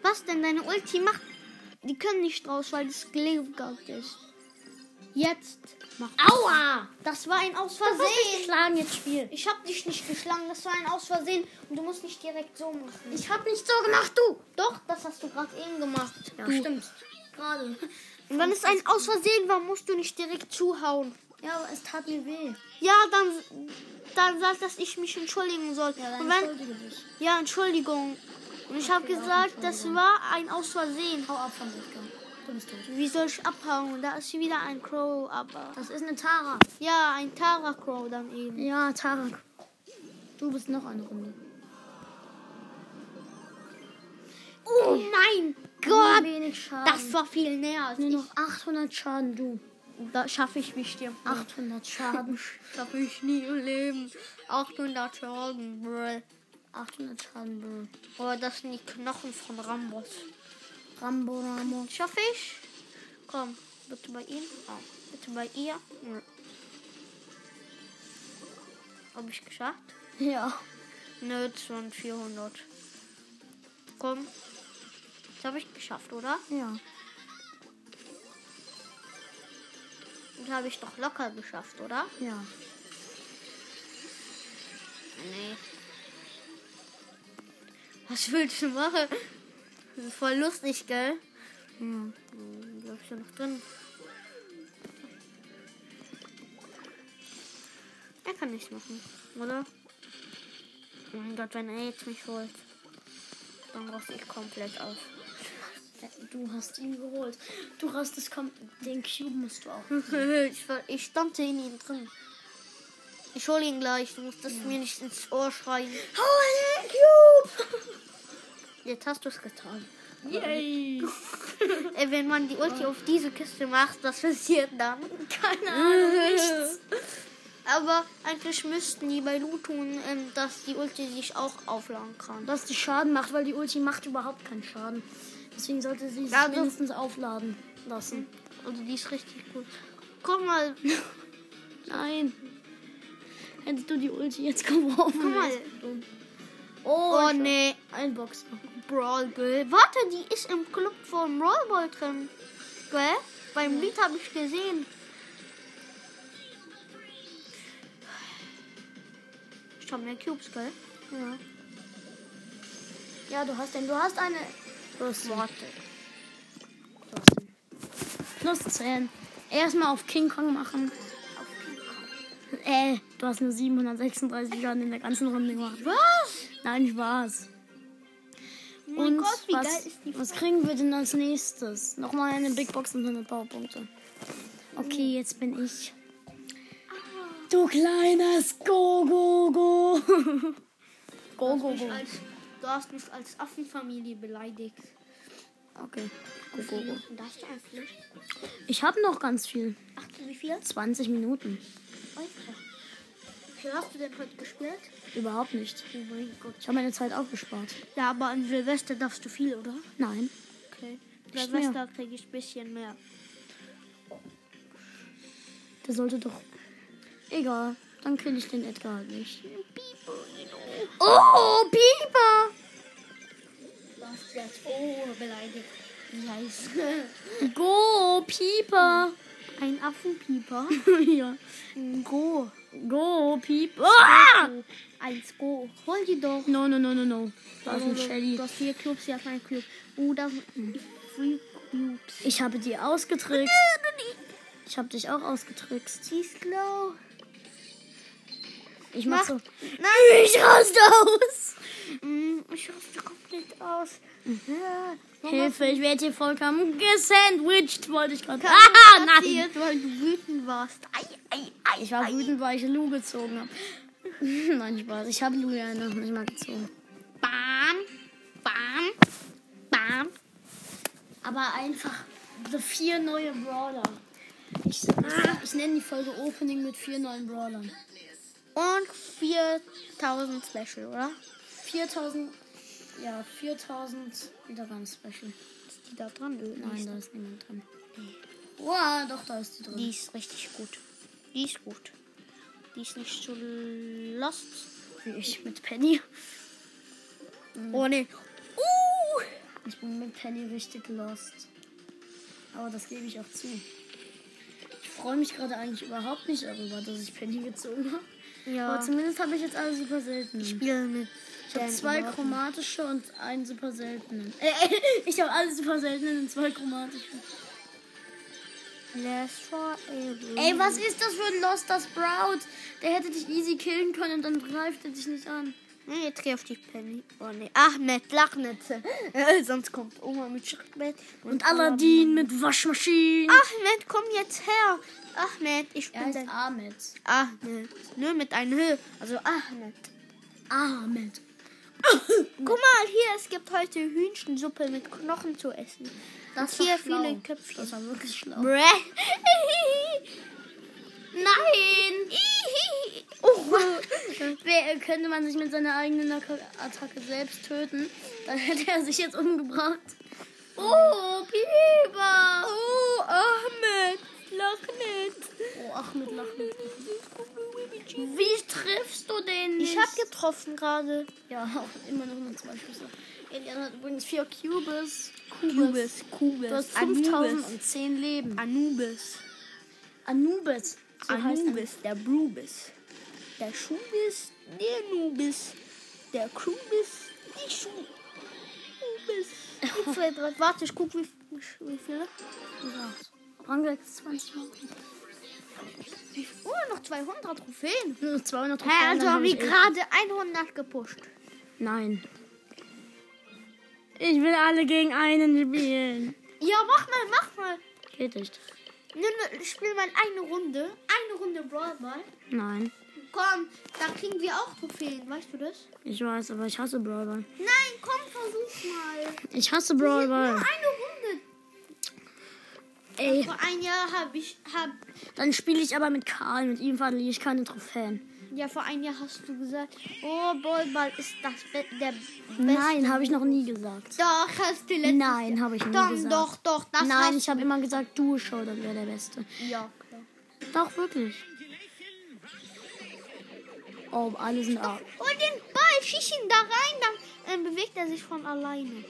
[SPEAKER 2] Was denn? Deine Ulti macht. Die können nicht raus, weil das Gleefgott ist. Jetzt. Mach.
[SPEAKER 1] Aua!
[SPEAKER 2] Das war ein Aus
[SPEAKER 1] Du hast mich
[SPEAKER 2] Versehen.
[SPEAKER 1] geschlagen, jetzt Spiel.
[SPEAKER 2] Ich hab dich nicht geschlagen. Das war ein Aus Versehen. Und du musst nicht direkt so machen.
[SPEAKER 1] Ich hab nicht so gemacht, du!
[SPEAKER 2] Doch, das hast du gerade eben gemacht.
[SPEAKER 1] Ja,
[SPEAKER 2] du.
[SPEAKER 1] stimmt. Gerade.
[SPEAKER 2] Und wenn es ein aus Versehen war, musst du nicht direkt zuhauen.
[SPEAKER 1] Ja, aber es tat mir weh.
[SPEAKER 2] Ja, dann, dann sag, dass ich mich entschuldigen soll. Und wenn,
[SPEAKER 1] dich.
[SPEAKER 2] ja, Entschuldigung. Und ich habe gesagt, das war ein aus Versehen.
[SPEAKER 1] Hau ab von Edgar. Du bist tot.
[SPEAKER 2] Wie soll ich abhauen? Da ist wieder ein Crow, aber.
[SPEAKER 1] Das ist eine Tara.
[SPEAKER 2] Ja, ein Tara Crow dann eben.
[SPEAKER 1] Ja, Tara. Du bist noch eine Runde.
[SPEAKER 2] Oh mein
[SPEAKER 1] Nur
[SPEAKER 2] Gott!
[SPEAKER 1] wenig Schaden.
[SPEAKER 2] Oh Das war viel näher als
[SPEAKER 1] Nur
[SPEAKER 2] ich.
[SPEAKER 1] noch 800 Schaden, du.
[SPEAKER 2] Da schaffe ich bestimmt. nicht.
[SPEAKER 1] 800 Schaden.
[SPEAKER 2] Schaffe ich nie im Leben. 800 Schaden, bruh.
[SPEAKER 1] 800 Schaden, Bro.
[SPEAKER 2] Oh, das sind die Knochen von Rambos.
[SPEAKER 1] Rambo, Rambo.
[SPEAKER 2] Schaffe ich? Komm, bitte bei ihm. Ah, bitte bei ihr. Nö. Hab ich geschafft?
[SPEAKER 1] Ja.
[SPEAKER 2] Nö, es waren 400. Komm. Das habe ich geschafft, oder?
[SPEAKER 1] Ja.
[SPEAKER 2] Das habe ich doch locker geschafft, oder?
[SPEAKER 1] Ja.
[SPEAKER 2] Nee. Was willst du machen? Das ist voll lustig, gell?
[SPEAKER 1] Ja.
[SPEAKER 2] Hm, Bleib ich ja noch drin. Er kann nichts machen, oder? Oh mein Gott, wenn er jetzt mich holt, dann raste ich komplett aus.
[SPEAKER 1] Du hast ihn geholt. Du hast es kommt. Den Cube musst du auch.
[SPEAKER 2] ich, war, ich stammte in ihn drin. Ich hole ihn gleich, du musst das mir nicht ins Ohr schreien.
[SPEAKER 1] Hol Oh, den
[SPEAKER 2] Jetzt hast du es getan.
[SPEAKER 1] Cube! Yay!
[SPEAKER 2] Ey, Äh, wenn man die Ulti auf diese Kiste macht, was passiert dann?
[SPEAKER 1] Keine Ahnung, nichts.
[SPEAKER 2] Aber eigentlich müssten die bei Lu tun, ähm, dass die Ulti sich auch aufladen kann.
[SPEAKER 1] Dass die Schaden macht, weil die Ulti macht überhaupt keinen Schaden. Deswegen sollte sie sich
[SPEAKER 2] Also-
[SPEAKER 1] mindestens aufladen lassen.
[SPEAKER 2] Also die ist richtig gut. Guck mal,
[SPEAKER 1] Nein. Hättest du die Ulti jetzt geworfen.
[SPEAKER 2] Guck mal.
[SPEAKER 1] wärst du dumm.
[SPEAKER 2] oh,
[SPEAKER 1] Oh, nee.
[SPEAKER 2] nee,
[SPEAKER 1] Ein Boxer.
[SPEAKER 2] Brawl Girl. Warte, die ist im Club von Brawl Ball drin. Gell? Beim Lied habe ich gesehen. Ich habe mehr Cubes, gell?
[SPEAKER 1] Ja. Ja, du hast den. Du hast eine. Du hast den.
[SPEAKER 2] Warte.
[SPEAKER 1] Du hast den. Plus 10. Erstmal auf King Kong machen.
[SPEAKER 2] Auf King Kong.
[SPEAKER 1] Äh, du hast nur 736 Schaden in der ganzen Runde gemacht.
[SPEAKER 2] Was?
[SPEAKER 1] Nein, Spaß.
[SPEAKER 2] Oh Mein
[SPEAKER 1] Und
[SPEAKER 2] Gott, wie
[SPEAKER 1] was,
[SPEAKER 2] geil ist die
[SPEAKER 1] was kriegen wir denn als nächstes? Nochmal eine Big Box und 100 Powerpunkte.
[SPEAKER 2] Hm.
[SPEAKER 1] Okay, jetzt bin ich.
[SPEAKER 2] Ah.
[SPEAKER 1] Du kleines Go-Go-Go. Go-Go-Go.
[SPEAKER 2] Mich als, du hast mich als Affenfamilie beleidigt.
[SPEAKER 1] Okay. Go-Go-Go.
[SPEAKER 2] Und da hast du eigentlich.
[SPEAKER 1] Ich habe noch ganz viel.
[SPEAKER 2] Ach, wie viel?
[SPEAKER 1] 20 Minuten.
[SPEAKER 2] Alter. Wie viel hast du denn heute gespielt?
[SPEAKER 1] Überhaupt nicht.
[SPEAKER 2] Oh mein Gott.
[SPEAKER 1] Ich habe meine Zeit aufgespart.
[SPEAKER 2] Ja, aber an Silvester darfst du viel, oder?
[SPEAKER 1] Nein.
[SPEAKER 2] Okay.
[SPEAKER 1] Nicht
[SPEAKER 2] Silvester kriege ich ein bisschen mehr.
[SPEAKER 1] Der sollte doch. Egal. Dann kill ich den Edgar halt nicht. Oh, Pieper!
[SPEAKER 2] Du hast jetzt oh beleidigt. Wie heißt
[SPEAKER 1] Go, Pieper!
[SPEAKER 2] Ein Affenpieper.
[SPEAKER 1] ja.
[SPEAKER 2] Go.
[SPEAKER 1] Go, Pieper. Ah!
[SPEAKER 2] Eins Go. Hol die doch.
[SPEAKER 1] No, no, no, no, no. Da ist ein Shelly.
[SPEAKER 2] Du hast vier Clubs, sie hat einen Club. Oh, da sind Free Clubs.
[SPEAKER 1] Ich habe die ausgetrickst. Ich habe dich auch ausgetrickst.
[SPEAKER 2] Sie ist low.
[SPEAKER 1] Ich mach so.
[SPEAKER 2] Nein!
[SPEAKER 1] Ich raste aus!
[SPEAKER 2] Mm, Ich raste komplett aus.
[SPEAKER 1] Mhm.
[SPEAKER 2] Ja.
[SPEAKER 1] Hilfe, ich werde hier vollkommen gesandwiched, wollte ich gerade.
[SPEAKER 2] Warum hast
[SPEAKER 1] Ah,
[SPEAKER 2] du das
[SPEAKER 1] nein!
[SPEAKER 2] erzählt, Weil du wütend warst. Ei, ei, ei.
[SPEAKER 1] Ich war wütend, weil ich Lou gezogen habe. nein, Spaß. Ich habe Lou ja noch nicht mal gezogen.
[SPEAKER 2] Bam. Bam. Bam.
[SPEAKER 1] Aber einfach so vier neue Brawler. Ich, ich, ich nenne die Folge Opening mit vier neuen Brawlern.
[SPEAKER 2] Und 4000 Special, oder?
[SPEAKER 1] 4000. Ja, 4000 wieder ganz special.
[SPEAKER 2] Ist die da dran?
[SPEAKER 1] Nein, da ist niemand drin. Wow, Ah, doch, da ist die drin.
[SPEAKER 2] Die ist richtig gut. Die ist gut. Die ist nicht so lost.
[SPEAKER 1] Wie ich mit Penny. Mhm.
[SPEAKER 2] Oh ne. Uh!
[SPEAKER 1] Ich bin mit Penny richtig lost. Aber das gebe ich auch zu. Ich freue mich gerade eigentlich überhaupt nicht darüber, dass ich Penny gezogen habe.
[SPEAKER 2] Ja.
[SPEAKER 1] Aber zumindest habe ich jetzt alle super selten.
[SPEAKER 2] Ich spiele mit.
[SPEAKER 1] Ich habe zwei chromatische und einen super seltenen. Äh, ich habe alle super seltenen und zwei chromatische.
[SPEAKER 2] Last for every-
[SPEAKER 1] Ey, was ist das für ein Loster Sprout? Der hätte dich easy killen können und dann greift er dich nicht an.
[SPEAKER 2] Nee, jetzt geh auf die Penny. Oh ne. Ach, nett, lach nicht. Äh, Sonst kommt Oma mit Schrittbett.
[SPEAKER 1] Und Aladdin Ah! mit Waschmaschinen.
[SPEAKER 2] Ahmed, komm jetzt her. Ahmed, ich
[SPEAKER 1] Er
[SPEAKER 2] bin
[SPEAKER 1] heißt
[SPEAKER 2] dein
[SPEAKER 1] Ahmed.
[SPEAKER 2] Ahmed. Nur mit einem H. Also Ahmed.
[SPEAKER 1] Ahmed.
[SPEAKER 2] Guck mal, hier, es gibt heute Hühnchensuppe mit Knochen zu essen. Und hier
[SPEAKER 1] schlau.
[SPEAKER 2] viele Köpfchen.
[SPEAKER 1] Das war wirklich schlau.
[SPEAKER 2] Brä. Nein! Oh.
[SPEAKER 1] Wer- Könnte man sich mit seiner eigenen Attac- Attacke selbst töten, dann hätte er sich jetzt umgebracht.
[SPEAKER 2] Oh, Biber!
[SPEAKER 3] Oh, Ahmed, lach nicht.
[SPEAKER 1] Oh, ach, mit Lachen.
[SPEAKER 2] Wie triffst du den nicht?
[SPEAKER 1] Ich hab
[SPEAKER 2] getroffen gerade.
[SPEAKER 1] Ja, auch immer noch nur zwei Schüsse. Elian hat übrigens vier Cubes.
[SPEAKER 3] Kubis, Kubis.
[SPEAKER 1] Du hast
[SPEAKER 3] Anubis.
[SPEAKER 1] 5010 Leben.
[SPEAKER 3] Anubis.
[SPEAKER 1] Anubis. So heißt er.
[SPEAKER 3] Anubis, der Brubis. Der Schubis, der Nubis. Der Krubis, die Schubis.
[SPEAKER 2] 1, 2, 3. Warte, ich guck, wie, wie viele.
[SPEAKER 1] Rang 26.
[SPEAKER 2] Oh, noch 200 Trophäen.
[SPEAKER 1] Nur 200
[SPEAKER 2] Hä, also
[SPEAKER 1] dann
[SPEAKER 2] haben
[SPEAKER 1] ich
[SPEAKER 2] wir
[SPEAKER 1] eh-
[SPEAKER 2] gerade 100 gepusht.
[SPEAKER 1] Nein. Ich will alle gegen einen spielen.
[SPEAKER 2] Ja, mach mal, mach mal.
[SPEAKER 1] Geht nicht.
[SPEAKER 2] Nimm, ich spiel mal eine Runde. Eine Runde Brawl Ball.
[SPEAKER 1] Nein.
[SPEAKER 2] Komm, da kriegen wir auch Trophäen, weißt du das?
[SPEAKER 1] Ich weiß, aber ich hasse Brawl Ball.
[SPEAKER 2] Nein, komm, versuch mal.
[SPEAKER 1] Ich hasse Brawl
[SPEAKER 2] Nur
[SPEAKER 1] Ball.
[SPEAKER 2] eine Runde.
[SPEAKER 1] Ey,
[SPEAKER 2] Vor ein Jahr habe ich, hab,
[SPEAKER 1] dann spiele ich aber mit Karl. Mit ihm verliere ich keine Trophäen.
[SPEAKER 2] ja, vor ein Jahr hast du gesagt, oh, Ballball ist das Be der Beste.
[SPEAKER 1] Nein, habe ich noch nie gesagt.
[SPEAKER 2] Doch, hast du letztes
[SPEAKER 1] Nein, habe ich nie
[SPEAKER 2] Doch,
[SPEAKER 1] gesagt.
[SPEAKER 2] doch, doch, das
[SPEAKER 1] Nein,
[SPEAKER 2] hast-
[SPEAKER 1] ich habe immer gesagt, Duo Showdown wäre der Beste.
[SPEAKER 2] Ja, klar.
[SPEAKER 1] Doch, wirklich. Oh, alle sind ab.
[SPEAKER 2] Hol den Ball, schieß ihn da rein, dann äh, bewegt er sich von alleine.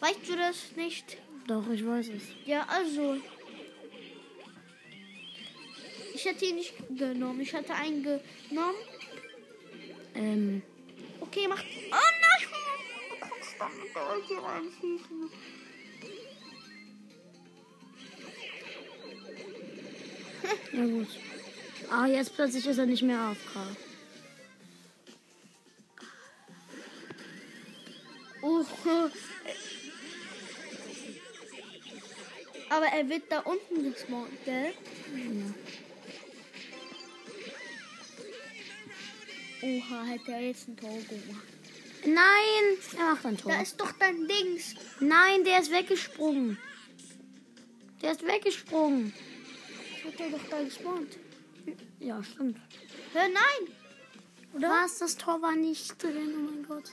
[SPEAKER 2] Weißt du das nicht?
[SPEAKER 1] Doch, ich weiß es.
[SPEAKER 2] Ja, also. Ich hätte ihn nicht genommen. Ich hatte einen genommen.
[SPEAKER 1] Ähm,
[SPEAKER 2] Okay, mach. Oh nein! Du kannst doch mit der Ulti reinschießen.
[SPEAKER 1] ja gut. Ah, jetzt plötzlich ist er nicht mehr auf, Karl.
[SPEAKER 2] Oh. Aber er wird da unten gespawnt, gell? Oha, hätte er jetzt ein Tor gemacht.
[SPEAKER 1] Nein, er macht ein Tor.
[SPEAKER 2] Da ist doch dein Dings.
[SPEAKER 1] Nein, der ist weggesprungen. Der ist weggesprungen.
[SPEAKER 2] Hat er doch da gespawnt.
[SPEAKER 1] Ja, stimmt.
[SPEAKER 2] Hör, nein!
[SPEAKER 1] Oder? Was? Das Tor war nicht drin, oh mein Gott.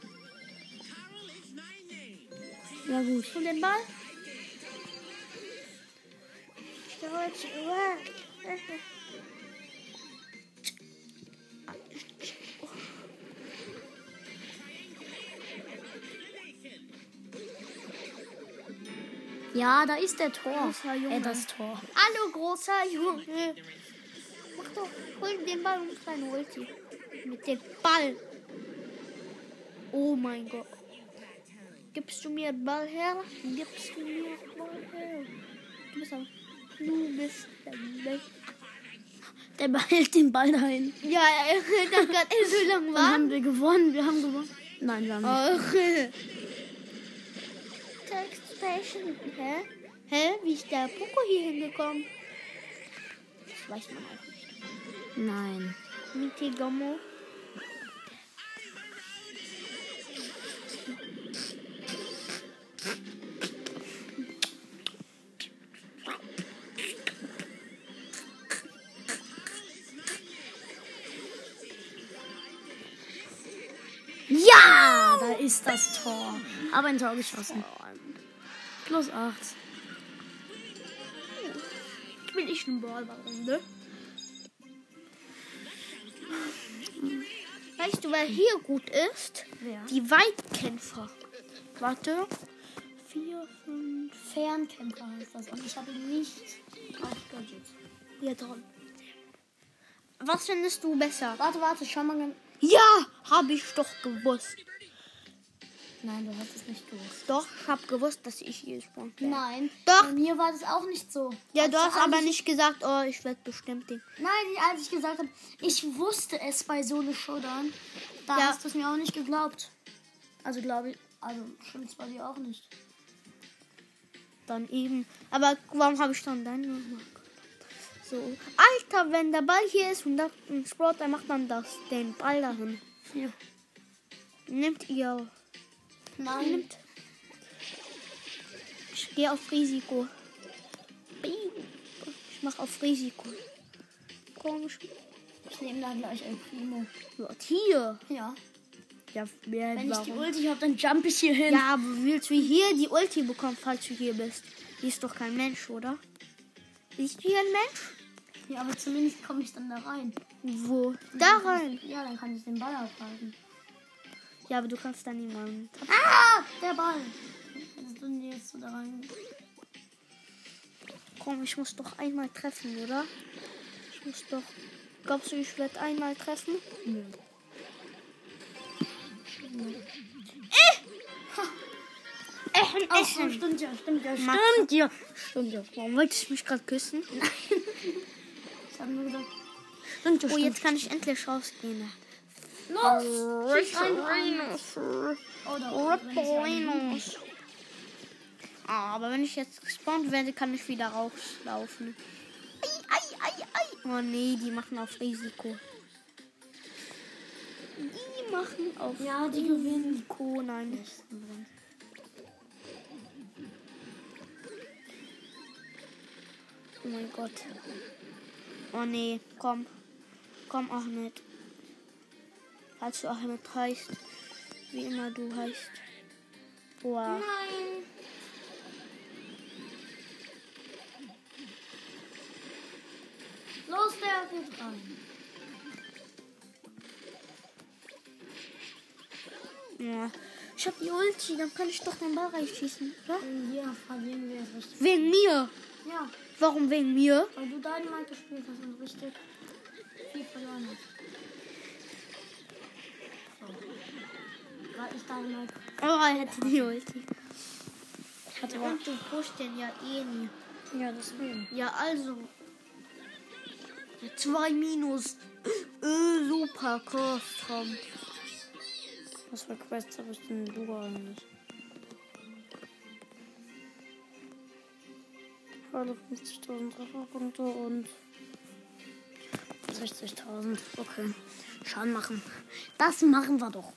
[SPEAKER 1] Ja gut.
[SPEAKER 2] Hol den Ball. Ich hol jetzt über.
[SPEAKER 1] Ja, da ist der Tor.
[SPEAKER 2] Großer Junge.
[SPEAKER 1] Ey, das Tor.
[SPEAKER 2] Hallo, großer Junge. Mach doch, hol den Ball und deine Ulti. Mit dem Ball. Oh mein Gott. Gibst du mir den Ball her? Gibst du mir den Ball her? Du bist am. Du bist der Beste.
[SPEAKER 1] Der behält den Ball dahin.
[SPEAKER 2] Ja, das hat so lang
[SPEAKER 1] Dann
[SPEAKER 2] warten.
[SPEAKER 1] haben wir gewonnen. Wir haben gewonnen. Nein, wir haben nicht.
[SPEAKER 2] Text Station. Hä? Hä? Wie ist der Poco hier hingekommen? Das weiß man auch nicht.
[SPEAKER 1] Nein.
[SPEAKER 2] Mit Tegamo.
[SPEAKER 1] Ja, da ist das Tor. Aber ein Tor geschossen. Plus 8.
[SPEAKER 2] Will ich einen Ballballrunde? Weißt du, wer hier gut ist?
[SPEAKER 1] Wer?
[SPEAKER 2] Die Weitkämpfer. Warte. Vier, fünf.
[SPEAKER 1] Fernkämpfer heißt das. Und ich habe ihn nicht auf Gadget.
[SPEAKER 2] Ja, dran. Was findest du besser?
[SPEAKER 1] Warte, warte, schau mal. gen-
[SPEAKER 2] Ja, habe ich doch gewusst.
[SPEAKER 1] Nein, du hast es nicht gewusst.
[SPEAKER 2] Doch, ich habe gewusst, dass ich hier spawn.
[SPEAKER 1] Nein.
[SPEAKER 2] Doch.
[SPEAKER 1] Bei mir war das auch nicht so.
[SPEAKER 2] Ja,
[SPEAKER 1] Als-
[SPEAKER 2] du hast
[SPEAKER 1] als
[SPEAKER 2] aber
[SPEAKER 1] ich-
[SPEAKER 2] nicht gesagt, oh, ich werde bestimmt den.
[SPEAKER 1] Nein, als ich gesagt habe, ich wusste es bei Solo Showdown, da
[SPEAKER 2] Ja.
[SPEAKER 1] hast du es mir auch nicht geglaubt. Also glaube ich, also stimmt es bei dir auch nicht.
[SPEAKER 2] Dann eben. Aber warum habe ich dann deinen nochmal So. Alter, wenn der Ball hier ist und da ein Sport, dann macht man das. Den Ball dahin.
[SPEAKER 1] Ja.
[SPEAKER 2] Nimmt ihr.
[SPEAKER 1] Nein.
[SPEAKER 2] Ich gehe auf Risiko. Ich mache auf Risiko. komisch.
[SPEAKER 1] Ich nehme da gleich El Primo.
[SPEAKER 3] Dort hier.
[SPEAKER 1] Ja.
[SPEAKER 3] Ja, mehr
[SPEAKER 1] Wenn ich die
[SPEAKER 3] warum?
[SPEAKER 1] Ulti habe, dann jump ich hier hin.
[SPEAKER 2] Ja, aber willst du hier die Ulti bekommen, falls du hier bist? Die ist doch kein Mensch, oder? Ist die ein Mensch?
[SPEAKER 1] Ja, aber zumindest komme ich dann da rein.
[SPEAKER 2] Wo? Da rein.
[SPEAKER 1] Ja, dann kann ich den Ball abhalten.
[SPEAKER 2] Ja, aber du kannst da niemanden.
[SPEAKER 1] Ah, der Ball. Hättest du den jetzt so da rein.
[SPEAKER 2] Komm, ich muss doch einmal treffen, oder? Ich muss doch. Glaubst du, ich werde einmal treffen? Äh!
[SPEAKER 1] Ach,
[SPEAKER 2] Äh,
[SPEAKER 1] so,
[SPEAKER 2] Essen.
[SPEAKER 1] stimmt ja, stimmt ja, stimmt.
[SPEAKER 2] Stimmt ja. Stimmt ja. Warum wolltest du mich gerade küssen?
[SPEAKER 1] Ich hab nur gesagt,
[SPEAKER 2] Stimmt ja. Oh, jetzt kann ich endlich rausgehen.
[SPEAKER 1] los! schieß rein, du Arme. Oder oh.
[SPEAKER 2] Rippolinos. Ah, aber wenn ich jetzt gespawnt werde, kann ich wieder rauslaufen. Ei, ei, ei, ei. Oh nee, die machen auf Risiko. Die machen auf
[SPEAKER 1] Ja, die gewinnen.
[SPEAKER 2] Risiko, nein. Oh mein Gott. Oh nee, komm. Komm auch mit. Falls du auch mit heißt. Wie immer du heißt. Boah.
[SPEAKER 1] Nein. Los, der geht rein.
[SPEAKER 2] Ja. Ich hab die Ulti, dann kann ich doch den Ball reinschießen, oder?
[SPEAKER 1] Ja, verlieren wir es richtig.
[SPEAKER 2] Wegen mir.
[SPEAKER 1] Ja,
[SPEAKER 2] Warum wegen mir?
[SPEAKER 1] weil du deinen Mal gespielt hast und richtig viel verloren hast. So. Weil ich deinen Mal.
[SPEAKER 2] Oh, er hätte die Ulti.
[SPEAKER 1] hatte
[SPEAKER 2] Und du pusht den ja eh nie.
[SPEAKER 1] Ja, deswegen.
[SPEAKER 2] Ja, also. Zwei Minus. Äh, super Kraftraum.
[SPEAKER 1] Was für Quests habe ich denn du eigentlich? Alle 50.000 Trefferpunkte und 60.000. Okay. Schaden machen. Das machen wir doch.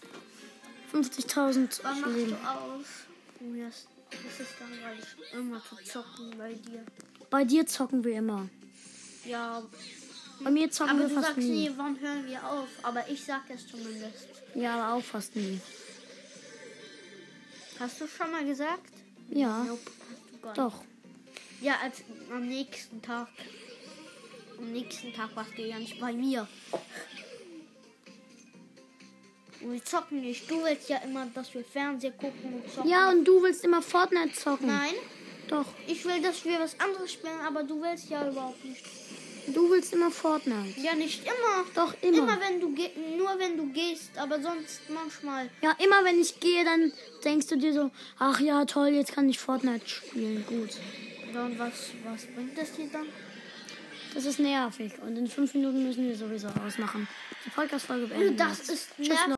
[SPEAKER 1] 50.000
[SPEAKER 2] Was machst
[SPEAKER 1] Leben.
[SPEAKER 2] du aus? Oh, das das ist langweilig, immer zu zocken bei dir.
[SPEAKER 1] Bei dir zocken wir immer.
[SPEAKER 2] Ja,
[SPEAKER 1] Bei mir zocken
[SPEAKER 2] aber
[SPEAKER 1] wir
[SPEAKER 2] du
[SPEAKER 1] fast
[SPEAKER 2] sagst
[SPEAKER 1] nie.
[SPEAKER 2] nie, warum hören wir auf? Aber ich sag es zumindest.
[SPEAKER 1] Ja, aber auch fast nie.
[SPEAKER 2] Hast du schon mal gesagt?
[SPEAKER 1] Ja,
[SPEAKER 2] Nope, hast du gar nicht.
[SPEAKER 1] doch.
[SPEAKER 2] Ja, als, am nächsten Tag. Am nächsten Tag warst du ja nicht bei mir. Und wir zocken nicht. Du willst ja immer, dass wir Fernsehen gucken und zocken.
[SPEAKER 1] Ja, und du willst immer Fortnite zocken.
[SPEAKER 2] Nein,
[SPEAKER 1] Doch.
[SPEAKER 2] ich will, dass wir was anderes spielen, aber du willst ja überhaupt nicht.
[SPEAKER 1] Du willst immer Fortnite.
[SPEAKER 2] Ja, nicht immer.
[SPEAKER 1] Doch,
[SPEAKER 2] Immer,
[SPEAKER 1] immer.
[SPEAKER 2] wenn du ge- nur wenn du gehst, aber sonst manchmal.
[SPEAKER 1] Ja, immer wenn ich gehe, dann denkst du dir so, ach ja, toll, jetzt kann ich Fortnite spielen. Gut.
[SPEAKER 2] Ja, und was, was bringt das dir dann?
[SPEAKER 1] Das ist nervig und in fünf Minuten müssen wir sowieso ausmachen. Die Podcast-Folge beenden. wir
[SPEAKER 2] Das
[SPEAKER 1] jetzt.
[SPEAKER 2] ist
[SPEAKER 1] Tschüss,
[SPEAKER 2] nervig.